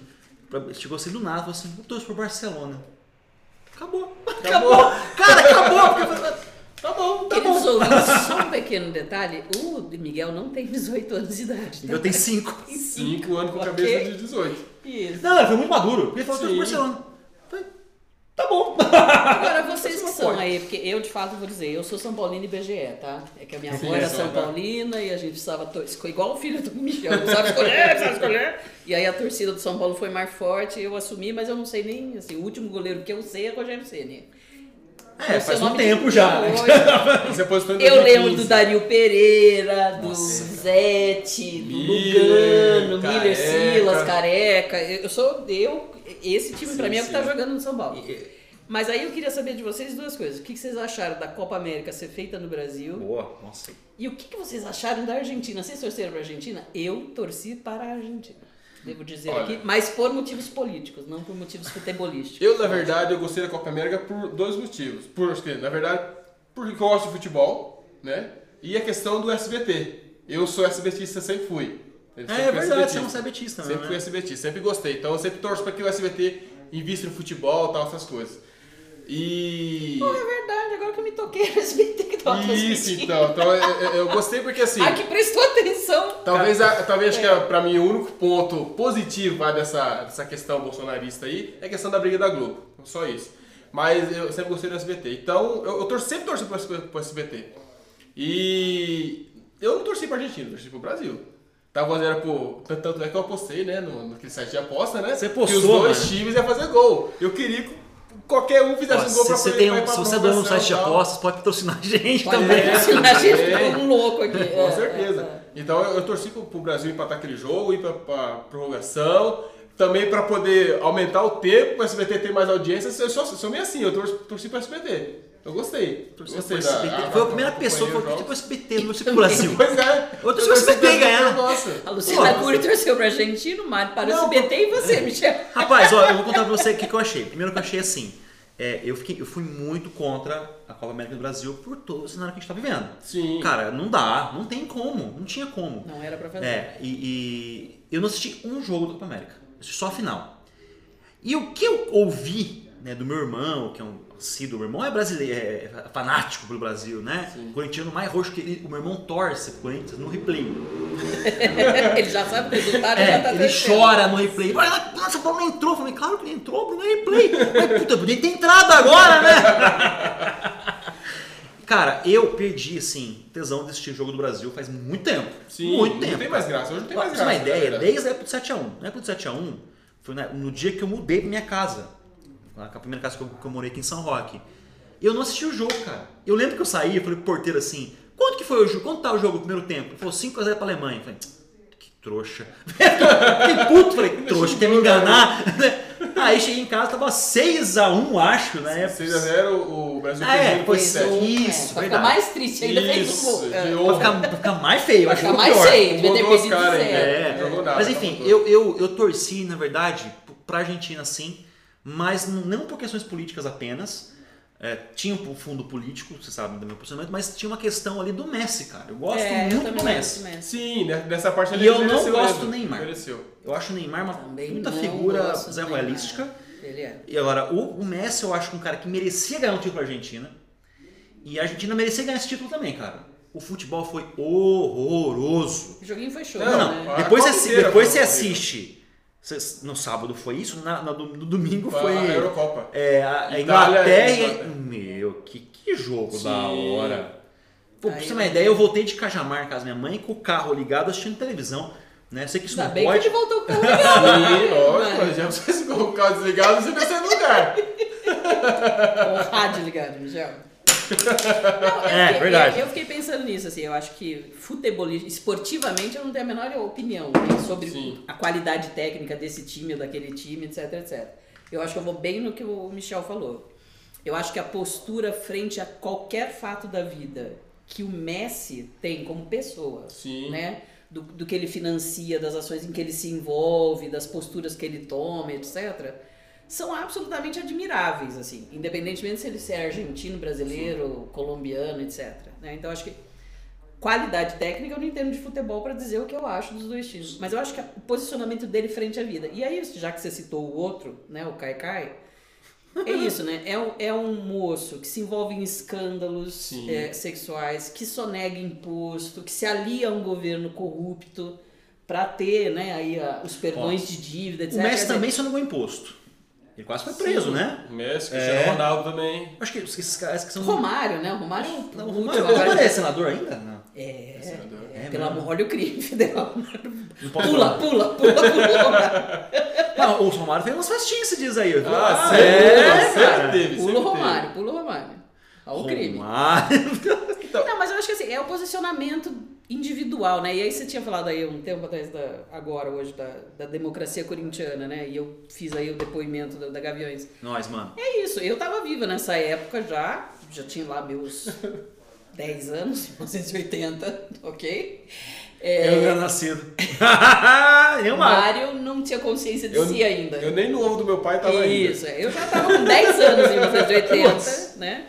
Speaker 1: pra- chegou assim do nada, falou assim: eu torço pro Barcelona. Acabou. Acabou. Cara, acabou. Porque eu falei, tá bom, tá
Speaker 3: Queridos
Speaker 1: bom.
Speaker 3: ouvintes, só um pequeno detalhe. O Miguel não tem 18 anos de idade. tá?
Speaker 1: Miguel tem cinco.
Speaker 2: 5 anos com
Speaker 3: Ok.
Speaker 2: cabeça de 18.
Speaker 3: Isso.
Speaker 1: Não, ele foi muito maduro. Ele falou: eu torço pro
Speaker 2: Sim.
Speaker 1: Barcelona. Eu falei, tá bom.
Speaker 3: Agora vocês que
Speaker 1: é Uma
Speaker 3: são
Speaker 1: coisa.
Speaker 3: aí, porque eu de fato vou dizer, eu sou São Paulino e BGE, tá? É que a minha
Speaker 2: Sim,
Speaker 3: avó era
Speaker 2: só,
Speaker 3: São
Speaker 2: né?
Speaker 3: Paulina e a gente precisava tor- escolher, igual o filho do Michel, não sabe escolher, não sabe escolher. E aí a torcida do São Paulo foi mais forte, eu assumi, mas eu não sei nem, assim, o último goleiro que eu sei é Rogério Ceni.
Speaker 1: É,
Speaker 3: Eu sei
Speaker 1: faz
Speaker 3: o
Speaker 1: um
Speaker 3: nome de
Speaker 1: tempo já. né?
Speaker 3: hoje.
Speaker 2: Você postou em
Speaker 3: Eu
Speaker 2: 2015.
Speaker 3: lembro do Dario Pereira, do
Speaker 2: Nossa, cara.
Speaker 3: Zete, do
Speaker 2: Miller,
Speaker 3: Lugano,
Speaker 2: Careca.
Speaker 3: Miller Silas, Careca. Eu eu sou eu, esse time pra
Speaker 2: Sim,
Speaker 3: mim é o que tá
Speaker 2: sim.
Speaker 3: jogando no São Paulo.
Speaker 1: E-
Speaker 3: Mas aí eu queria saber de vocês duas coisas. O que que vocês acharam da Copa América ser feita no Brasil?
Speaker 1: Boa, nossa.
Speaker 3: E o que que vocês acharam da Argentina? Vocês torceram pra Argentina? Eu torci para a Argentina. Devo dizer
Speaker 2: Olha.
Speaker 3: aqui, mas por motivos políticos, não por motivos futebolísticos.
Speaker 2: Eu, na verdade, eu gostei da Copa América por dois motivos. Por, acho que, na verdade, porque eu gosto de futebol, né? E a questão do SBT. Eu sou SBTista, sempre fui. Eu sempre
Speaker 1: É,
Speaker 2: fui
Speaker 1: verdade, você
Speaker 2: SBTista.
Speaker 1: não sabe betista, né?
Speaker 2: Sempre fui SBT, sempre gostei. Então eu sempre torço pra que o SBT invista no futebol tal, essas coisas. E.
Speaker 3: É verdade, agora que eu me toquei, eu respeitei que tava
Speaker 2: Isso,
Speaker 1: assim.
Speaker 3: transmitindo.
Speaker 2: então. Então eu, eu- eu gostei porque assim.
Speaker 3: Ah, que prestou atenção.
Speaker 2: Talvez, a- talvez acho que é, pra mim o único ponto positivo vai, dessa, dessa questão bolsonarista aí é a questão da briga da Globo. Só isso. Mas eu sempre gostei do SBT. Então, eu, eu torço- sempre torci pro, SB pro SBT. E eu não torci pra Argentina, eu torci pro Brasil. Tava era pro. tan- Tanto é que eu apostei, né? No, naquele site de aposta, né?
Speaker 1: Você
Speaker 2: Que os
Speaker 1: postou,
Speaker 2: dois
Speaker 1: mano.
Speaker 2: times iam fazer gol. Eu queria que qualquer um fizesse
Speaker 1: Ó,
Speaker 2: um
Speaker 1: se
Speaker 2: gol pra
Speaker 1: você,
Speaker 2: poder-
Speaker 1: tem
Speaker 2: pra ir
Speaker 1: um,
Speaker 2: pra
Speaker 1: se você é dono de um
Speaker 2: prorrogação
Speaker 1: site de
Speaker 2: e tal.
Speaker 1: apostas, pode patrocinar a gente
Speaker 3: Pode
Speaker 1: também.
Speaker 3: patrocinar a gente ficou um louco aqui.
Speaker 2: Com
Speaker 3: É,
Speaker 2: certeza.
Speaker 3: é, é.
Speaker 2: Então eu, eu torci pro, pro Brasil empatar aquele jogo, ir pra, pra prorrogação. Também pra poder aumentar o tempo, pro SBT ter mais audiência. Eu sou, sou meio assim, eu torci, torci pro SBT. Eu gostei. Eu
Speaker 1: Você
Speaker 2: gostei
Speaker 1: foi
Speaker 2: da-
Speaker 1: SBT. Foi a primeira pessoa que falou que
Speaker 2: acompanhei
Speaker 1: tipo
Speaker 2: os
Speaker 1: SBT, não sei pro Brasil.
Speaker 2: jogos. Pois é.
Speaker 1: Eu torci pro
Speaker 2: torci
Speaker 1: SBT ganhar.
Speaker 2: Nossa.
Speaker 3: é. A Luciana
Speaker 1: Pô,
Speaker 3: Cury torceu pra Argentina, o Mário para o
Speaker 2: Não,
Speaker 3: SBT e você, Michel.
Speaker 1: Rapaz, ó, eu vou contar pra você o que, que eu achei. Primeiro que eu achei assim, é, eu, fiquei, eu fui muito contra a Copa América do Brasil por todo o cenário que a gente tá vivendo.
Speaker 2: Sim.
Speaker 1: Cara, não dá, não tem como, não tinha como.
Speaker 3: Não era pra fazer.
Speaker 1: É, e, e eu não assisti um jogo da Copa América, assisti só a final. E o que eu ouvi né, do meu irmão, que é um sido, meu irmão é brasileiro, é fanático pelo Brasil, né?
Speaker 2: Sim.
Speaker 1: O corintiano mais roxo que ele, o meu irmão torce pro Corinthians no replay.
Speaker 3: Ele já sabe o resultado, já tá
Speaker 1: É, ele
Speaker 3: torcendo.
Speaker 1: chora no replay. Vai lá, Nossa, o Paulo não entrou. Eu falei, claro que ele entrou, Bruno, é replay. Mas, puta, podia ter entrado agora, né? Cara, eu perdi, assim, tesão de assistir jogo do Brasil faz muito tempo.
Speaker 2: Sim,
Speaker 1: muito
Speaker 2: não
Speaker 1: tempo.
Speaker 2: tem mais graça. Hoje não tem
Speaker 1: Pra
Speaker 2: mais
Speaker 1: você ter é
Speaker 2: graça. né?
Speaker 1: uma
Speaker 2: na
Speaker 1: ideia,
Speaker 2: verdade.
Speaker 1: desde a época do 7x1. Na época do 7x1, foi na- no dia que eu mudei pra minha casa. Na a primeira casa que eu, que eu morei aqui em São Roque. Eu não assisti o jogo, cara. Eu lembro que eu saí, eu falei pro porteiro assim, quanto que foi o jogo? Quanto tá o jogo no primeiro tempo? Ele falou 5x0 pra Alemanha. Eu falei, "Tsk, que trouxa. Fiquei puto, falei, trouxa, quer me enganar? Aí cheguei em casa, tava 6x1 acho, na época.
Speaker 2: 6x0 o Brasil
Speaker 1: né?
Speaker 2: um
Speaker 1: Ah, é,
Speaker 2: perdeu
Speaker 1: foi
Speaker 2: por
Speaker 1: isso.
Speaker 2: 7.
Speaker 1: Isso,
Speaker 3: pra ficar
Speaker 1: verdade.
Speaker 3: mais triste, ainda fez um
Speaker 2: Isso,
Speaker 3: gol.
Speaker 2: de
Speaker 3: É.
Speaker 1: Pra
Speaker 2: honra.
Speaker 1: ficar, pra ficar mais feio, eu
Speaker 3: Pra
Speaker 1: acho
Speaker 3: ficar
Speaker 1: que
Speaker 3: mais
Speaker 1: pior.
Speaker 3: feio, devia ter
Speaker 2: Mudou os
Speaker 3: perdido de
Speaker 2: caras,
Speaker 3: zero.
Speaker 1: né? É,
Speaker 2: Não jogou nada,
Speaker 1: mas
Speaker 2: não
Speaker 1: enfim,
Speaker 2: jogou.
Speaker 1: eu, eu, eu torci, na verdade, pra Argentina sim, mas n- não por questões políticas apenas. É, tinha um fundo político, você sabe do meu posicionamento, mas tinha uma questão ali do Messi, cara. Eu gosto
Speaker 3: É, eu
Speaker 1: muito
Speaker 3: também
Speaker 1: do Messi.
Speaker 3: gosto do Messi.
Speaker 2: Sim, né? nessa parte
Speaker 1: E
Speaker 2: ele
Speaker 1: eu não
Speaker 2: mereceu
Speaker 1: gosto
Speaker 2: mesmo.
Speaker 1: do Neymar.
Speaker 2: Mereceu.
Speaker 1: Eu acho o Neymar uma
Speaker 3: Também
Speaker 1: puta
Speaker 3: não
Speaker 1: figura
Speaker 3: gosto do
Speaker 1: zé
Speaker 3: Neymar.
Speaker 1: realística.
Speaker 3: Ele é.
Speaker 1: E agora, o, o Messi eu acho que é um cara que merecia ganhar um título pra Argentina. E a Argentina merecia ganhar esse título também, cara. O futebol foi horroroso.
Speaker 3: O joguinho foi show,
Speaker 2: Não,
Speaker 1: Não, É
Speaker 2: não.
Speaker 3: né?
Speaker 2: A
Speaker 1: Depois você,
Speaker 2: Copa
Speaker 1: assi-
Speaker 2: inteira
Speaker 1: depois
Speaker 2: foi
Speaker 1: você
Speaker 2: horrível.
Speaker 1: assiste. Cês- No sábado foi isso? Na, na- no domingo
Speaker 2: Foi
Speaker 1: foi.
Speaker 2: a Eurocopa.
Speaker 1: É, a, a
Speaker 2: Itália
Speaker 1: Inglaterra.
Speaker 2: e
Speaker 1: e-
Speaker 2: Inglaterra.
Speaker 1: Meu, que, que jogo
Speaker 2: Sim.
Speaker 1: da hora. Pô, pra
Speaker 3: Aí
Speaker 1: você ter uma ideia, eu voltei de Cajamar, em casa da minha mãe, com o carro ligado assistindo televisão. Né? Sei que isso
Speaker 3: Ainda
Speaker 1: não
Speaker 3: bem que
Speaker 1: pode.
Speaker 3: ele voltou com o Miguel, né?
Speaker 2: E, lógico,
Speaker 3: Mano,
Speaker 2: já precisa colocar o carro desligado, você pensa em lugar.
Speaker 3: o rádio ligado, Michel. Não, eu
Speaker 1: É,
Speaker 3: fiquei-
Speaker 1: verdade.
Speaker 3: Eu, eu fiquei pensando nisso, assim, eu acho que futebolista, esportivamente eu não tenho a menor opinião né, sobre
Speaker 2: Sim.
Speaker 3: a qualidade técnica desse time ou daquele time, etc, etc. Eu acho que eu vou bem no que o Michel falou. Eu acho que a postura frente a qualquer fato da vida que o Messi tem como pessoa,
Speaker 2: Sim.
Speaker 3: né? Do, do que ele financia, das ações em que ele se envolve, das posturas que ele toma, etc. São absolutamente admiráveis, assim, independentemente se ele ser argentino, brasileiro, colombiano, etc. né? Então acho que qualidade técnica eu não entendo de futebol pra dizer o que eu acho dos dois times, mas eu acho que o posicionamento dele frente à vida. E aí, já que você citou o outro, né, o Kai Kai, é isso, né? É um, é um moço que se envolve em escândalos
Speaker 2: Sim.
Speaker 3: é, sexuais, que sonega imposto, que se alia a um governo corrupto pra ter, né, aí a- os perdões de dívida, etc.
Speaker 1: O
Speaker 3: Quer
Speaker 1: Messi
Speaker 3: dizer,
Speaker 1: também sonegou imposto. Ele quase foi preso, né?
Speaker 2: O Messi, Cristiano
Speaker 1: É.
Speaker 2: Ronaldo também.
Speaker 1: Acho que esses caras que são.
Speaker 3: Romário, né? O Romário, é o
Speaker 1: Não, o
Speaker 3: último
Speaker 1: Romário, o
Speaker 3: agora.
Speaker 1: Romário é senador ainda? Não.
Speaker 3: É,
Speaker 2: senador.
Speaker 3: é,
Speaker 1: É
Speaker 3: pelo
Speaker 1: mesmo.
Speaker 3: amor, olha o crime, Federal.
Speaker 1: Não pode
Speaker 3: Pula,
Speaker 1: falar.
Speaker 3: pula, pula, pula.
Speaker 1: Não, o Romário fez umas festinhas, se diz aí.
Speaker 2: Ah,
Speaker 1: é,
Speaker 2: sempre,
Speaker 1: cara.
Speaker 2: sempre teve.
Speaker 3: Pula
Speaker 2: sempre
Speaker 3: o Romário, pula o Romário. Olha o É um crime.
Speaker 1: Romário.
Speaker 3: Não, mas eu acho que assim, é o posicionamento individual, né? E aí você tinha falado aí um tempo atrás, da, agora, hoje, da, da democracia corintiana, né? E eu fiz aí o depoimento da, da Gaviões.
Speaker 1: Nós, mano.
Speaker 3: É isso, eu tava viva nessa época já, já tinha lá meus 10 anos, 1980, ok? É,
Speaker 1: Eu era nascido. Eu, Mário.
Speaker 3: Mário não tinha consciência de
Speaker 2: Eu-
Speaker 3: si ainda.
Speaker 2: Eu nem no ovo do meu pai tava
Speaker 3: Isso, é. eu já tava com 10 anos em 1980, né?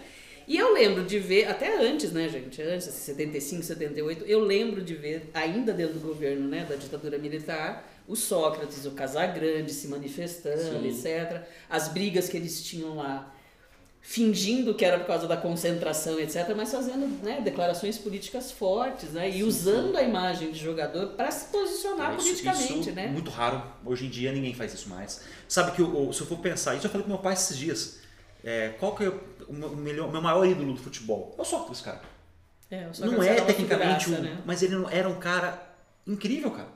Speaker 3: E eu lembro de ver, até antes, né, gente? Antes, 75, 78, eu lembro de ver, ainda dentro do governo, né, da ditadura militar, o Sócrates, o Casagrande se manifestando,
Speaker 2: Sim.
Speaker 3: etc. As brigas que eles tinham lá, fingindo que era por causa da concentração, etc., mas fazendo né, declarações políticas fortes, né? E usando a imagem de jogador para se posicionar politicamente,
Speaker 1: isso,
Speaker 3: né?
Speaker 1: Muito raro. Hoje em dia ninguém faz isso mais. Sabe que o- o- se eu for pensar, isso eu falei com meu pai esses dias. é, qual que é o meu, o melhor- meu maior ídolo do futebol? É o Sócrates, cara.
Speaker 3: É, o Sócrates
Speaker 1: Não é
Speaker 3: era uma
Speaker 1: tecnicamente
Speaker 3: figuraça,
Speaker 1: um.
Speaker 3: né?
Speaker 1: Mas ele não- era um cara incrível, cara.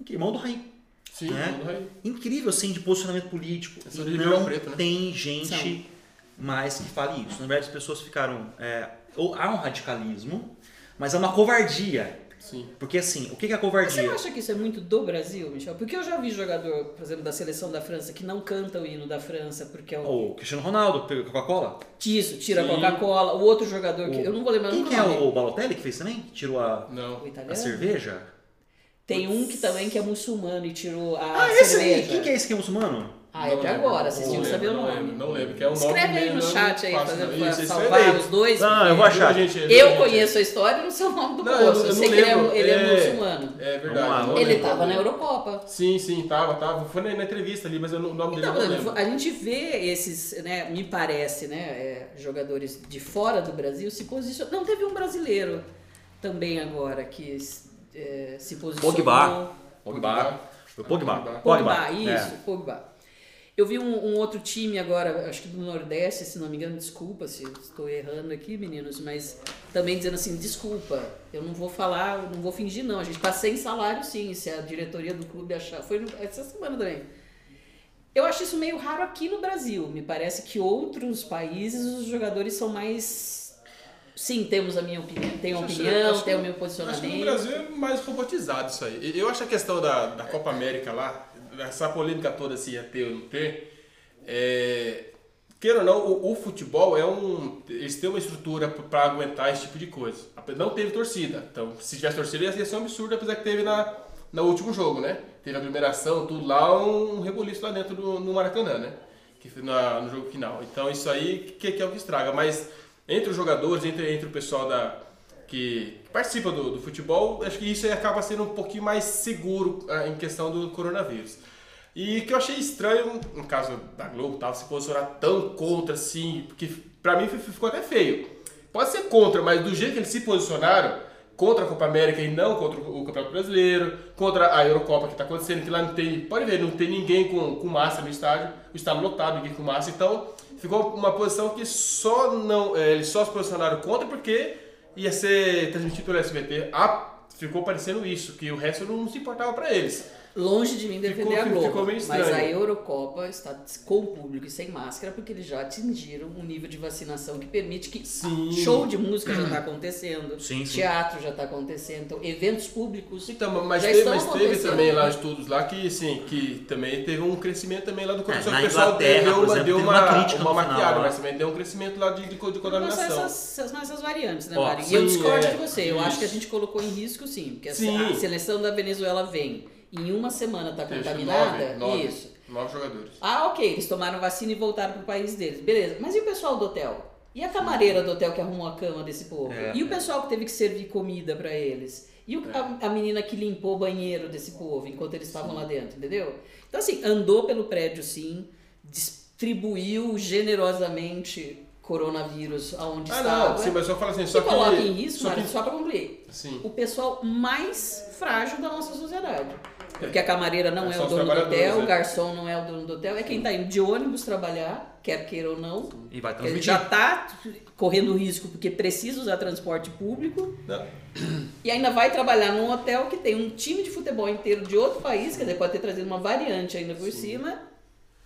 Speaker 1: Incrível. Irmão do Raí.
Speaker 2: ainda. Sim,
Speaker 1: né?
Speaker 2: tudo aí.
Speaker 1: Incrível, assim, de posicionamento político.
Speaker 2: É
Speaker 1: E
Speaker 2: sobre
Speaker 1: não
Speaker 2: Ribeirão Preto, né?
Speaker 1: tem gente mais que fale isso. Na verdade, as pessoas ficaram. é, ou há um radicalismo, mas há uma covardia.
Speaker 2: Sim.
Speaker 1: Porque assim, o que que é
Speaker 3: Mas Você
Speaker 1: covardia?
Speaker 3: não acha que isso é muito do Brasil, Michel? Porque eu já vi jogador, por exemplo, da seleção da França que não canta o hino da França porque é um...
Speaker 1: O Cristiano Ronaldo pegou Coca-Cola?
Speaker 3: Isso, tira a
Speaker 2: Sim.
Speaker 3: Coca-Cola. O outro jogador que.
Speaker 1: O-
Speaker 3: Eu não vou lembrar
Speaker 1: Quem
Speaker 3: nunca
Speaker 1: que é
Speaker 3: nome. É.
Speaker 1: o Balotelli que fez também? Que tirou a,
Speaker 3: O
Speaker 2: Não.
Speaker 1: a
Speaker 3: italiano?
Speaker 1: cerveja?
Speaker 3: Tem um que também que é muçulmano e tirou a
Speaker 1: Ah, esse
Speaker 3: cerveja.
Speaker 1: aí! Quem que é esse que é muçumano?
Speaker 3: Ah, é
Speaker 2: Não
Speaker 3: de
Speaker 2: lembro.
Speaker 3: agora, vocês
Speaker 2: Não
Speaker 3: tinham que saber o
Speaker 2: lembro, Não
Speaker 3: nome.
Speaker 2: lembro, não lembro. Que é um
Speaker 3: Escreve
Speaker 2: nome
Speaker 3: aí no
Speaker 2: meio-
Speaker 3: chat aí,
Speaker 2: fácil,
Speaker 3: fazendo
Speaker 2: não.
Speaker 3: pra
Speaker 2: Isso, é isso aí
Speaker 3: salvar
Speaker 2: daí.
Speaker 3: os dois.
Speaker 1: Ah, eu
Speaker 2: Ajuda
Speaker 1: vou achar.
Speaker 2: a gente, ajuda a
Speaker 3: Eu
Speaker 2: gente.
Speaker 3: conheço a história e não sei o nome do
Speaker 2: Não,
Speaker 3: moço. Eu,
Speaker 2: eu não
Speaker 3: sei que ele é,
Speaker 2: lembro.
Speaker 3: ele é
Speaker 2: É.
Speaker 3: muçulmano.
Speaker 1: Vamos
Speaker 2: É
Speaker 1: lá,
Speaker 2: verdade. não
Speaker 1: vamos
Speaker 3: Ele
Speaker 2: lembro.
Speaker 3: tava na Eurocopa.
Speaker 2: Sim, sim, tava, tava. Foi na na entrevista ali, mas eu não- o nome dele eu
Speaker 3: Então,
Speaker 2: não lembro.
Speaker 3: a gente vê esses, né, me parece, né, é, jogadores de fora do Brasil se posicionando. Não teve um brasileiro também agora que é, se posicionou.
Speaker 1: Pogba.
Speaker 2: Pogba.
Speaker 1: Foi o Pogba.
Speaker 2: Pogba.
Speaker 3: Pogba, isso,
Speaker 1: É.
Speaker 3: Pogba. Eu vi um, um outro time agora, acho que do Nordeste, se não me engano, desculpa se eu estou errando aqui, meninos, mas também dizendo assim, desculpa, eu não vou falar, eu não vou fingir não, a gente tá sem salário sim, se a diretoria do clube achar, foi no- essa semana também. Eu acho isso meio raro aqui no Brasil, me parece que outros países os jogadores são mais... Sim, temos a minha opinião, tenho a
Speaker 2: Acho-
Speaker 3: opinião,
Speaker 2: acho que-
Speaker 3: tenho o meu
Speaker 2: Acho
Speaker 3: posicionamento.
Speaker 2: que no Brasil é mais robotizado isso aí. E Eu acho a questão da, da Copa América lá, essa polêmica toda se ia ter ou não ter, é, queira ou não, o, o futebol é um. Eles têm uma estrutura para aguentar esse tipo de coisa. Ape- Não teve torcida, então se tivesse torcida ia ser um absurdo, apesar que teve na, no último jogo, né? Teve aglomeração, tudo lá, um reboliço lá dentro do, no Maracanã, né? Que foi na- no jogo final. Então isso aí que, que é o que estraga. Mas entre os jogadores, entre, entre o pessoal da, que participa do, do futebol, acho que isso aí acaba sendo um pouquinho mais seguro ah, em questão do coronavírus. E que eu achei estranho, no caso da Globo, tal, se posicionar tão contra assim, porque pra mim fi- ficou até feio. Pode ser contra, mas do jeito que eles se posicionaram, contra a Copa América e não contra o Campeonato Brasileiro, contra a Eurocopa que tá acontecendo, que lá não tem, pode ver, não tem ninguém com, com massa no estádio, o estádio lotado, ninguém com massa, então ficou uma posição que só não, eh, eles só se posicionaram contra porque ia ser transmitido pelo SBT. Ah, ficou parecendo isso, que o resto não se importava pra eles.
Speaker 3: Longe de mim defender
Speaker 2: Ficou-
Speaker 3: a Globo.
Speaker 2: ficou meio estranho.
Speaker 3: mas a Eurocopa está com o público e sem máscara, porque eles já atingiram um nível de vacinação que permite que
Speaker 2: Sim.
Speaker 3: show de música já está acontecendo,
Speaker 1: Sim, sim.
Speaker 3: teatro já está acontecendo, então, eventos públicos.
Speaker 2: Então, mas
Speaker 3: Já
Speaker 2: teve,
Speaker 3: estão
Speaker 2: mas teve
Speaker 3: acontecendo. né?
Speaker 2: também lá estudos lá que, sim, que também teve um crescimento também lá do
Speaker 1: É,
Speaker 2: Covid. Só
Speaker 1: na
Speaker 2: que o pessoal
Speaker 1: Inglaterra,
Speaker 2: deu
Speaker 1: por
Speaker 2: uma,
Speaker 1: exemplo,
Speaker 2: deu
Speaker 1: teve
Speaker 2: uma,
Speaker 1: uma
Speaker 2: uma,
Speaker 1: crítica no final,
Speaker 2: maquiada,
Speaker 1: né?
Speaker 2: mas também deu um crescimento lá de, de, de
Speaker 3: Mas são
Speaker 2: contaminação.
Speaker 3: essas, essas- mas essas variantes, né,
Speaker 1: Ó,
Speaker 3: Mari? e eu
Speaker 2: sim,
Speaker 3: discordo
Speaker 2: é.
Speaker 3: de você. Eu
Speaker 2: Isso.
Speaker 3: acho que a gente colocou em risco, sim. Porque a,
Speaker 2: Sim.
Speaker 3: a seleção da Venezuela vem e em uma semana está
Speaker 2: Teve
Speaker 3: contaminada.
Speaker 2: nove, nove,
Speaker 3: Isso.
Speaker 2: Nove jogadores.
Speaker 3: Ah, ok, eles tomaram vacina e voltaram pro país deles. Beleza. Mas e o pessoal do hotel? E a camareira do hotel que arrumou a cama desse povo?
Speaker 1: É.
Speaker 3: e o pessoal que teve que servir comida pra eles? E o-
Speaker 2: É.
Speaker 3: a, a menina que limpou o banheiro desse povo enquanto eles estavam lá dentro, entendeu? Então, assim, andou pelo prédio, sim, distribuiu generosamente coronavírus aonde
Speaker 2: Ah,
Speaker 3: estava.
Speaker 2: não, sim, mas só fala assim,
Speaker 3: Se
Speaker 2: só que...
Speaker 3: é? coloca em risco,
Speaker 2: só
Speaker 3: Mari,
Speaker 2: que,
Speaker 3: só pra concluir.
Speaker 2: Sim.
Speaker 3: O pessoal mais frágil da nossa sociedade. Porque a camareira não
Speaker 2: É,
Speaker 3: é,
Speaker 2: são
Speaker 3: o
Speaker 2: os
Speaker 3: dono do hotel,
Speaker 2: trabalhadores,
Speaker 3: o
Speaker 2: é.
Speaker 3: garçom não é o dono do hotel, é quem tá indo de ônibus trabalhar, quer queira ou não.
Speaker 1: E vai
Speaker 3: Ele
Speaker 1: transmitir.
Speaker 3: já tá correndo risco porque precisa usar transporte público
Speaker 2: Não,
Speaker 3: e ainda vai trabalhar num hotel que tem um time de futebol inteiro de outro país, quer dizer, pode ter trazido uma variante ainda por cima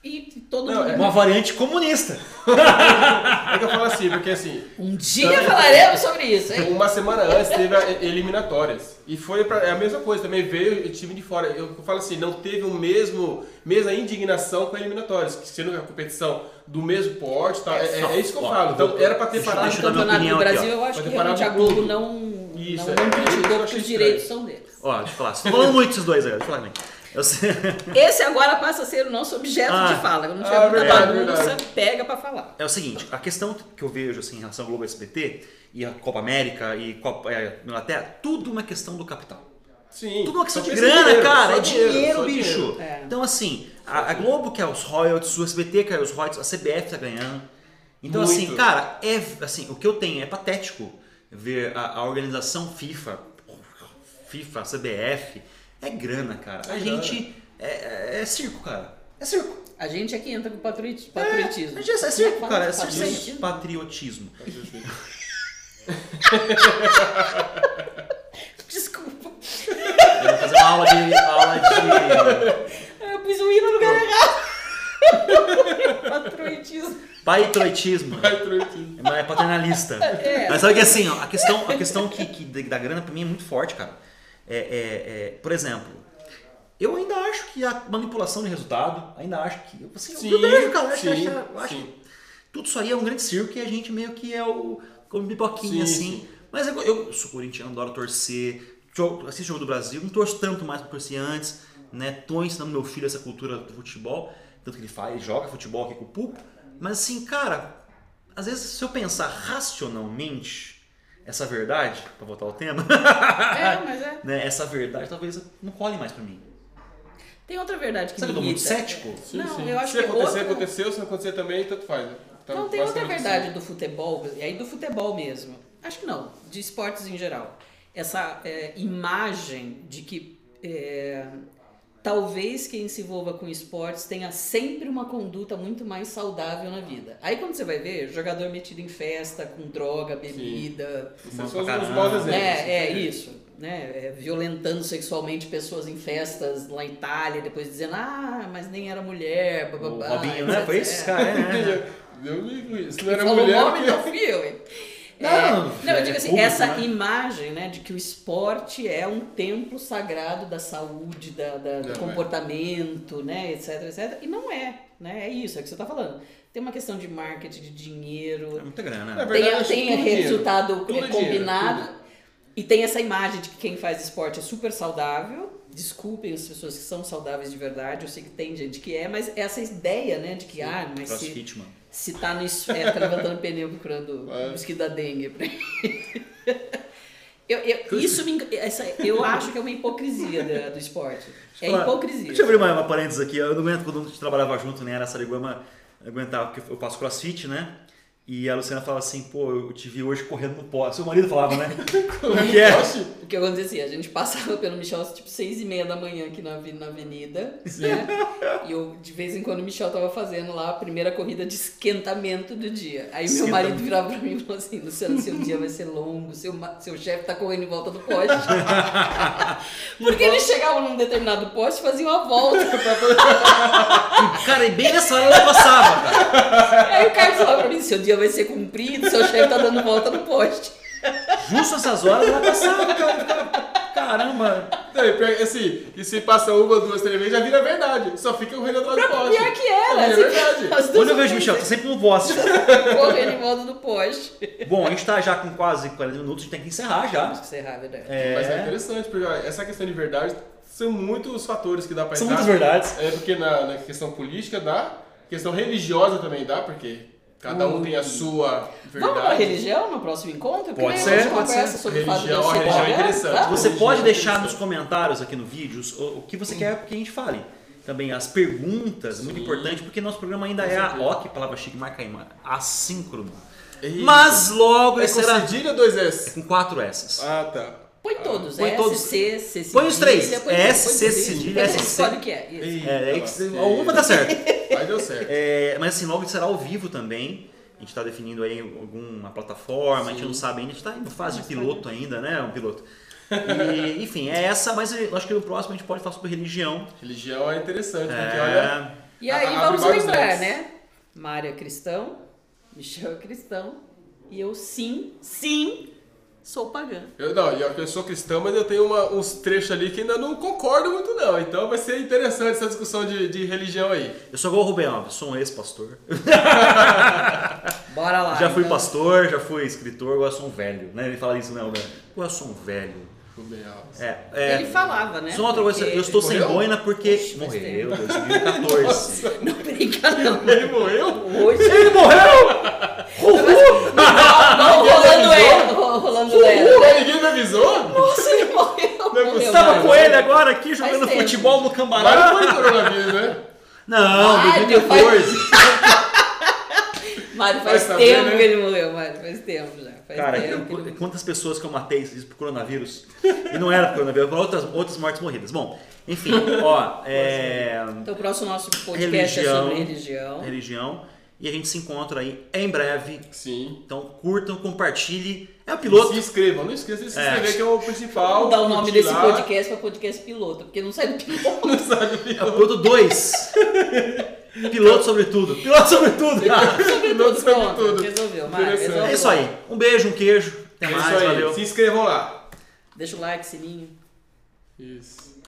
Speaker 3: e todo
Speaker 2: Não,
Speaker 3: mundo.
Speaker 1: É Uma variante comunista.
Speaker 2: é que eu falo assim, porque assim,
Speaker 3: Um dia falaremos sobre isso, hein?
Speaker 2: É, uma semana antes teve a e- eliminatórias. E foi pra, é a mesma coisa, também veio o time de fora. Eu, eu falo assim, não teve o mesmo, mesma indignação com eliminatórias, que sendo a competição do mesmo porte, tá? É, é- é isso que eu
Speaker 1: Ó,
Speaker 2: falo. Então era pra ter
Speaker 1: deixa-
Speaker 2: parado.
Speaker 3: O
Speaker 1: deixa eu dar minha
Speaker 3: campeonato do
Speaker 1: opinião aqui, ó.
Speaker 3: Brasil, eu acho
Speaker 2: Vai
Speaker 3: que
Speaker 2: ter parado
Speaker 3: realmente a
Speaker 2: de
Speaker 3: Globo
Speaker 2: tudo.
Speaker 3: não,
Speaker 2: Isso,
Speaker 3: não,
Speaker 2: é.
Speaker 3: não
Speaker 2: Isso eu
Speaker 3: criticou porque
Speaker 2: achei
Speaker 3: os
Speaker 2: estranho.
Speaker 3: direitos são deles.
Speaker 1: Ó, deixa eu falar. Vocês estão falando muito esses dois agora, deixa eu falar também. Eu sei-
Speaker 3: Esse agora passa a ser o nosso objeto
Speaker 1: Ah.
Speaker 3: de fala. Quando tiver
Speaker 2: Ah,
Speaker 3: muita
Speaker 2: verdade,
Speaker 3: bagunça,
Speaker 2: verdade.
Speaker 3: pega pra falar.
Speaker 1: É o seguinte, a questão que eu vejo assim, em relação ao Globo SBT e a Copa América e Copa é, Inglaterra, tudo uma questão do capital.
Speaker 2: Sim.
Speaker 1: Tudo uma questão
Speaker 2: só
Speaker 1: de
Speaker 2: pensa em
Speaker 1: grana, cara.
Speaker 2: só
Speaker 1: É dinheiro,
Speaker 2: só
Speaker 1: bicho.
Speaker 3: É.
Speaker 1: Então, assim, a, a Globo quer os royalties, o SBT quer é os royalties, a CBF tá ganhando. Então,
Speaker 2: Muito.
Speaker 1: assim, cara, é assim, o que eu tenho é patético ver a, a organização FIFA, FIFA, CBF, é grana, cara.
Speaker 2: É
Speaker 1: a
Speaker 2: grana.
Speaker 1: gente é, é- é circo, cara. É circo.
Speaker 3: A gente aqui entra com patrioti-
Speaker 1: É,
Speaker 3: patriotismo.
Speaker 1: é circo, cara. É circo sem patriotismo.
Speaker 3: Patriotismo. Desculpa.
Speaker 1: Eu vou fazer uma aula de. Aula de
Speaker 3: Eu pus o hino no lugar errado. patriotismo.
Speaker 1: patriotismo.
Speaker 2: Vai, Troitinho.
Speaker 1: Mas é paternalista.
Speaker 3: É.
Speaker 1: Mas sabe que assim, ó, a questão, a questão que, que da grana pra mim é muito forte, cara. É, é, é, por exemplo, eu ainda acho que a manipulação de resultado, ainda acho que. Eu, assim, eu
Speaker 2: Sim,
Speaker 1: vejo, cara. eu acho,
Speaker 2: sim,
Speaker 1: eu acho- eu acho
Speaker 2: sim.
Speaker 1: que tudo isso aí é um grande circo e a gente meio que é o. como pipoquinha,
Speaker 2: Sim,
Speaker 1: assim.
Speaker 2: sim.
Speaker 1: Mas eu, eu sou corintiano, adoro torcer. Jogo, assisto jogo do Brasil, não torço tanto mais que eu torci antes, né? Tô ensinando meu filho essa cultura do futebol, tanto que ele faz, ele joga futebol aqui com o Pupo. Mas assim, cara, às vezes se eu pensar racionalmente essa verdade, pra voltar ao tema,
Speaker 3: É, mas é.
Speaker 1: né? Essa verdade talvez não cole mais pra mim.
Speaker 3: Tem outra verdade que
Speaker 1: Será que
Speaker 3: me
Speaker 1: eu tô muito
Speaker 3: irrita.
Speaker 1: cético?
Speaker 2: Sim,
Speaker 3: Não,
Speaker 2: sim.
Speaker 3: eu acho
Speaker 2: se
Speaker 1: é
Speaker 3: que
Speaker 2: acontecer,
Speaker 3: é outra-
Speaker 2: aconteceu, é se não acontecer também, tanto faz. né? Tá
Speaker 3: Então tem outra
Speaker 2: basicamente
Speaker 3: verdade
Speaker 2: assim.
Speaker 3: do futebol, e aí do futebol mesmo. Acho que não, de esportes em geral. Essa é, imagem de que é, talvez quem se envolva com esportes tenha sempre uma conduta muito mais saudável na vida. Aí quando você vai ver, jogador metido em festa, com droga, bebida,
Speaker 2: Esses são os,
Speaker 1: Caramba.
Speaker 2: os maus exemplos.
Speaker 3: é, é isso. Né? É, violentando sexualmente pessoas em festas lá na Itália, depois dizendo, ah, mas nem era mulher,
Speaker 1: O
Speaker 3: bababá.
Speaker 2: Ah,
Speaker 1: Robinho, né?
Speaker 3: etc.
Speaker 1: Foi isso, cara? É, é.
Speaker 2: Deus me livre. Se não
Speaker 3: Ele
Speaker 2: era
Speaker 3: falou o
Speaker 2: mulher,
Speaker 3: nome
Speaker 2: que-
Speaker 3: do filme.
Speaker 1: Não,
Speaker 3: É,
Speaker 1: não,
Speaker 3: não, eu digo
Speaker 1: é
Speaker 3: assim,
Speaker 1: público,
Speaker 3: essa
Speaker 1: né?
Speaker 3: imagem né, de que o esporte é um templo sagrado da saúde, da, da-
Speaker 2: Não,
Speaker 3: do
Speaker 2: é.
Speaker 3: comportamento, né, etc, etc. E não é, né? É isso, é o que você está falando. Tem uma questão de marketing, de dinheiro,
Speaker 1: É muita grana.
Speaker 2: Na
Speaker 3: tem,
Speaker 2: verdade, acho
Speaker 3: tem
Speaker 2: tudo dinheiro.
Speaker 3: resultado é
Speaker 2: Tudo dinheiro,
Speaker 3: combinado.
Speaker 2: tudo.
Speaker 3: E tem essa imagem de que quem faz esporte é super saudável. Desculpem as pessoas que são saudáveis de verdade, eu sei que tem gente que é, mas essa ideia, né, de que, ah, mas se,
Speaker 1: Crossfit, mano.
Speaker 3: se tá no es- é, tá levantando pneu procurando
Speaker 2: É.
Speaker 3: o mosquito da dengue. pra- Eu, eu, isso me, engan- essa, eu acho que é uma hipocrisia da- do esporte. É
Speaker 1: Olha,
Speaker 3: hipocrisia.
Speaker 1: Deixa eu abrir uma, uma parênteses aqui. Eu não aguento quando a gente trabalhava junto, né? Era Sariguama, eu aguentava, porque eu faço crossfit, né? E a Luciana falava assim, pô, eu te vi hoje correndo no poste. Seu marido falava, né?
Speaker 2: Como
Speaker 1: que é?
Speaker 2: poste?
Speaker 3: O que acontecia? assim, A gente passava pelo Michel tipo seis e meia da manhã aqui na, avi- na avenida, né? E eu, de vez em quando, o Michel tava fazendo lá a primeira corrida de esquentamento do dia. Aí meu
Speaker 1: Esquentamento.
Speaker 3: marido virava pra mim e falou assim, Luciano, seu dia vai ser longo, seu, ma- seu chefe tá correndo em volta do poste. Porque ele chegava num determinado poste e fazia uma volta.
Speaker 2: Tá
Speaker 1: Cara, e bem nessa hora ela passava, cara.
Speaker 3: Aí o Carlos falava pra mim, seu dia vai ser cumprido, seu chefe tá dando volta no poste.
Speaker 1: Justo nessas horas ela passava, cara. Caramba.
Speaker 2: Não, e pior- assim, e se passa uma, duas, três vezes, já vira verdade. Só fica correndo atrás do poste.
Speaker 3: Pior que era.
Speaker 2: É
Speaker 3: assim,
Speaker 2: verdade.
Speaker 3: as duas
Speaker 1: Quando eu vejo o Michel, tá sempre no poste.
Speaker 3: correndo em volta do poste.
Speaker 1: Bom, a gente tá já com quase 40 minutos, a gente tem que encerrar já.
Speaker 3: Você errado, né?
Speaker 2: Mas é
Speaker 1: É,
Speaker 2: interessante, porque olha, essa questão de verdade são muitos fatores que dá pra
Speaker 1: são
Speaker 2: entrar.
Speaker 1: muitas verdades.
Speaker 2: É porque na, na questão política dá, questão religiosa também dá, porque cada um
Speaker 3: Ui.
Speaker 2: tem a sua verdade.
Speaker 3: Hum. Vamos pra religião no próximo encontro? Porque
Speaker 1: Pode
Speaker 3: daí
Speaker 1: ser,
Speaker 3: a gente
Speaker 1: pode
Speaker 3: conversa
Speaker 1: ser.
Speaker 3: sobre o fato de
Speaker 2: Religião,
Speaker 3: eu
Speaker 2: a
Speaker 3: ser
Speaker 2: religião é
Speaker 3: pagã,
Speaker 2: interessante. é
Speaker 3: tá?
Speaker 1: Você pode deixar nos comentários aqui no vídeo o o que você quer que a gente fale. Também as perguntas, muito
Speaker 2: Sim.
Speaker 1: importante, porque nosso programa ainda
Speaker 2: Com
Speaker 1: é a
Speaker 2: certeza.
Speaker 1: ó, que palavra chique, marca aí, mano. Assíncrono.
Speaker 2: Eita.
Speaker 1: Mas logo
Speaker 2: É
Speaker 1: ele
Speaker 2: com
Speaker 1: será
Speaker 2: cedilha ou dois
Speaker 1: É
Speaker 2: S?
Speaker 1: com quatro S's.
Speaker 2: Ah, tá.
Speaker 3: Põe todos, é,
Speaker 1: Põe
Speaker 3: S,
Speaker 1: todos.
Speaker 3: C, C, cedilha.
Speaker 1: Põe os três.
Speaker 3: põe tudo,
Speaker 1: S,
Speaker 3: põe
Speaker 1: C,
Speaker 3: tudo.
Speaker 1: cedilha,
Speaker 3: Depois
Speaker 1: S,
Speaker 3: a gente
Speaker 1: C.
Speaker 3: Escolhe o que é. Isso.
Speaker 2: Eita,
Speaker 1: É, é que se-
Speaker 2: lasqueira.
Speaker 1: alguma dá certo.
Speaker 2: Aí deu certo.
Speaker 1: É, mas assim, logo será ao vivo também. A gente está definindo aí alguma plataforma, a gente não sabe ainda, a gente está em fase de piloto ainda, né? Um piloto. E, enfim, é essa, mas eu acho que no próximo a gente pode falar sobre religião.
Speaker 2: Religião é interessante, porque
Speaker 1: É,
Speaker 2: olha.
Speaker 3: E aí
Speaker 2: Abre
Speaker 3: vamos
Speaker 2: vários
Speaker 3: lembrar,
Speaker 2: leques.
Speaker 3: né? Mário é cristão, Michel é cristão e eu sim, sim, sou pagã.
Speaker 2: Eu, não, eu, eu sou cristão, mas eu tenho uma- uns trechos ali que ainda não concordo muito, não. Então vai ser interessante essa discussão de, de religião aí.
Speaker 1: eu sou igual o Rubem Alves, sou um ex-pastor.
Speaker 3: Bora lá.
Speaker 1: Já fui
Speaker 3: então.
Speaker 1: pastor, já fui escritor, agora sou um velho, né? Ele fala isso, não, né? Agora eu sou um velho.
Speaker 2: Rubem Alves.
Speaker 1: É, é,
Speaker 3: Ele falava, né?
Speaker 1: Só uma outra coisa,
Speaker 3: Porque-
Speaker 1: eu estou sem
Speaker 2: morreu?
Speaker 1: boina porque.
Speaker 3: faz
Speaker 1: Morreu, 2014.
Speaker 3: Não brinca, não.
Speaker 2: Ele morreu?
Speaker 3: Hoje.
Speaker 1: Ele morreu!
Speaker 3: Não, rolando ela. Rolando ela.
Speaker 2: Mas ninguém me avisou?
Speaker 3: Nossa, ele morreu.
Speaker 2: Não é
Speaker 1: Eu
Speaker 3: Morreu,
Speaker 1: tava
Speaker 3: Mário.
Speaker 1: com ele agora aqui
Speaker 3: Faz
Speaker 1: jogando
Speaker 3: tempo.
Speaker 1: futebol no
Speaker 2: Mas não
Speaker 1: Cambará.
Speaker 2: foi coronavírus, né?
Speaker 1: Não,
Speaker 3: Ai,
Speaker 1: 2014.
Speaker 3: Mário, faz
Speaker 2: Vai saber,
Speaker 3: tempo
Speaker 2: né?
Speaker 3: que ele morreu, Mário. Faz tempo já. Faz
Speaker 1: Cara,
Speaker 3: tempo.
Speaker 1: eu- quantas pessoas que eu matei isso por coronavírus? E não era por coronavírus, era por outras, outras mortes morridas. Bom, enfim, ó, é,
Speaker 3: Então, o próximo nosso podcast é
Speaker 1: religião,
Speaker 3: sobre religião.
Speaker 1: religião. E a gente se encontra aí em breve.
Speaker 2: Sim.
Speaker 1: Então curtam, compartilhe. É o
Speaker 2: E
Speaker 1: piloto.
Speaker 2: Se inscrevam, não esqueça de se
Speaker 1: É.
Speaker 2: inscrever, que é o principal.
Speaker 3: Vamos dar o nome
Speaker 2: curtir
Speaker 3: desse
Speaker 2: lá.
Speaker 3: podcast pra podcast piloto, porque não sai do piloto.
Speaker 2: Não sabe o
Speaker 1: É o piloto 2. piloto sobre tudo. Piloto sobre tudo.
Speaker 3: Sobre
Speaker 2: Não
Speaker 3: tudo,
Speaker 2: sabe
Speaker 3: pronto.
Speaker 2: tudo.
Speaker 3: Resolveu, Mário.
Speaker 2: Interessante.
Speaker 3: resolveu.
Speaker 1: É isso aí. Um beijo, um queijo. Até
Speaker 2: É
Speaker 1: mais,
Speaker 2: isso aí.
Speaker 1: valeu.
Speaker 2: Se inscrevam lá.
Speaker 3: Deixa o like, sininho.
Speaker 2: Isso.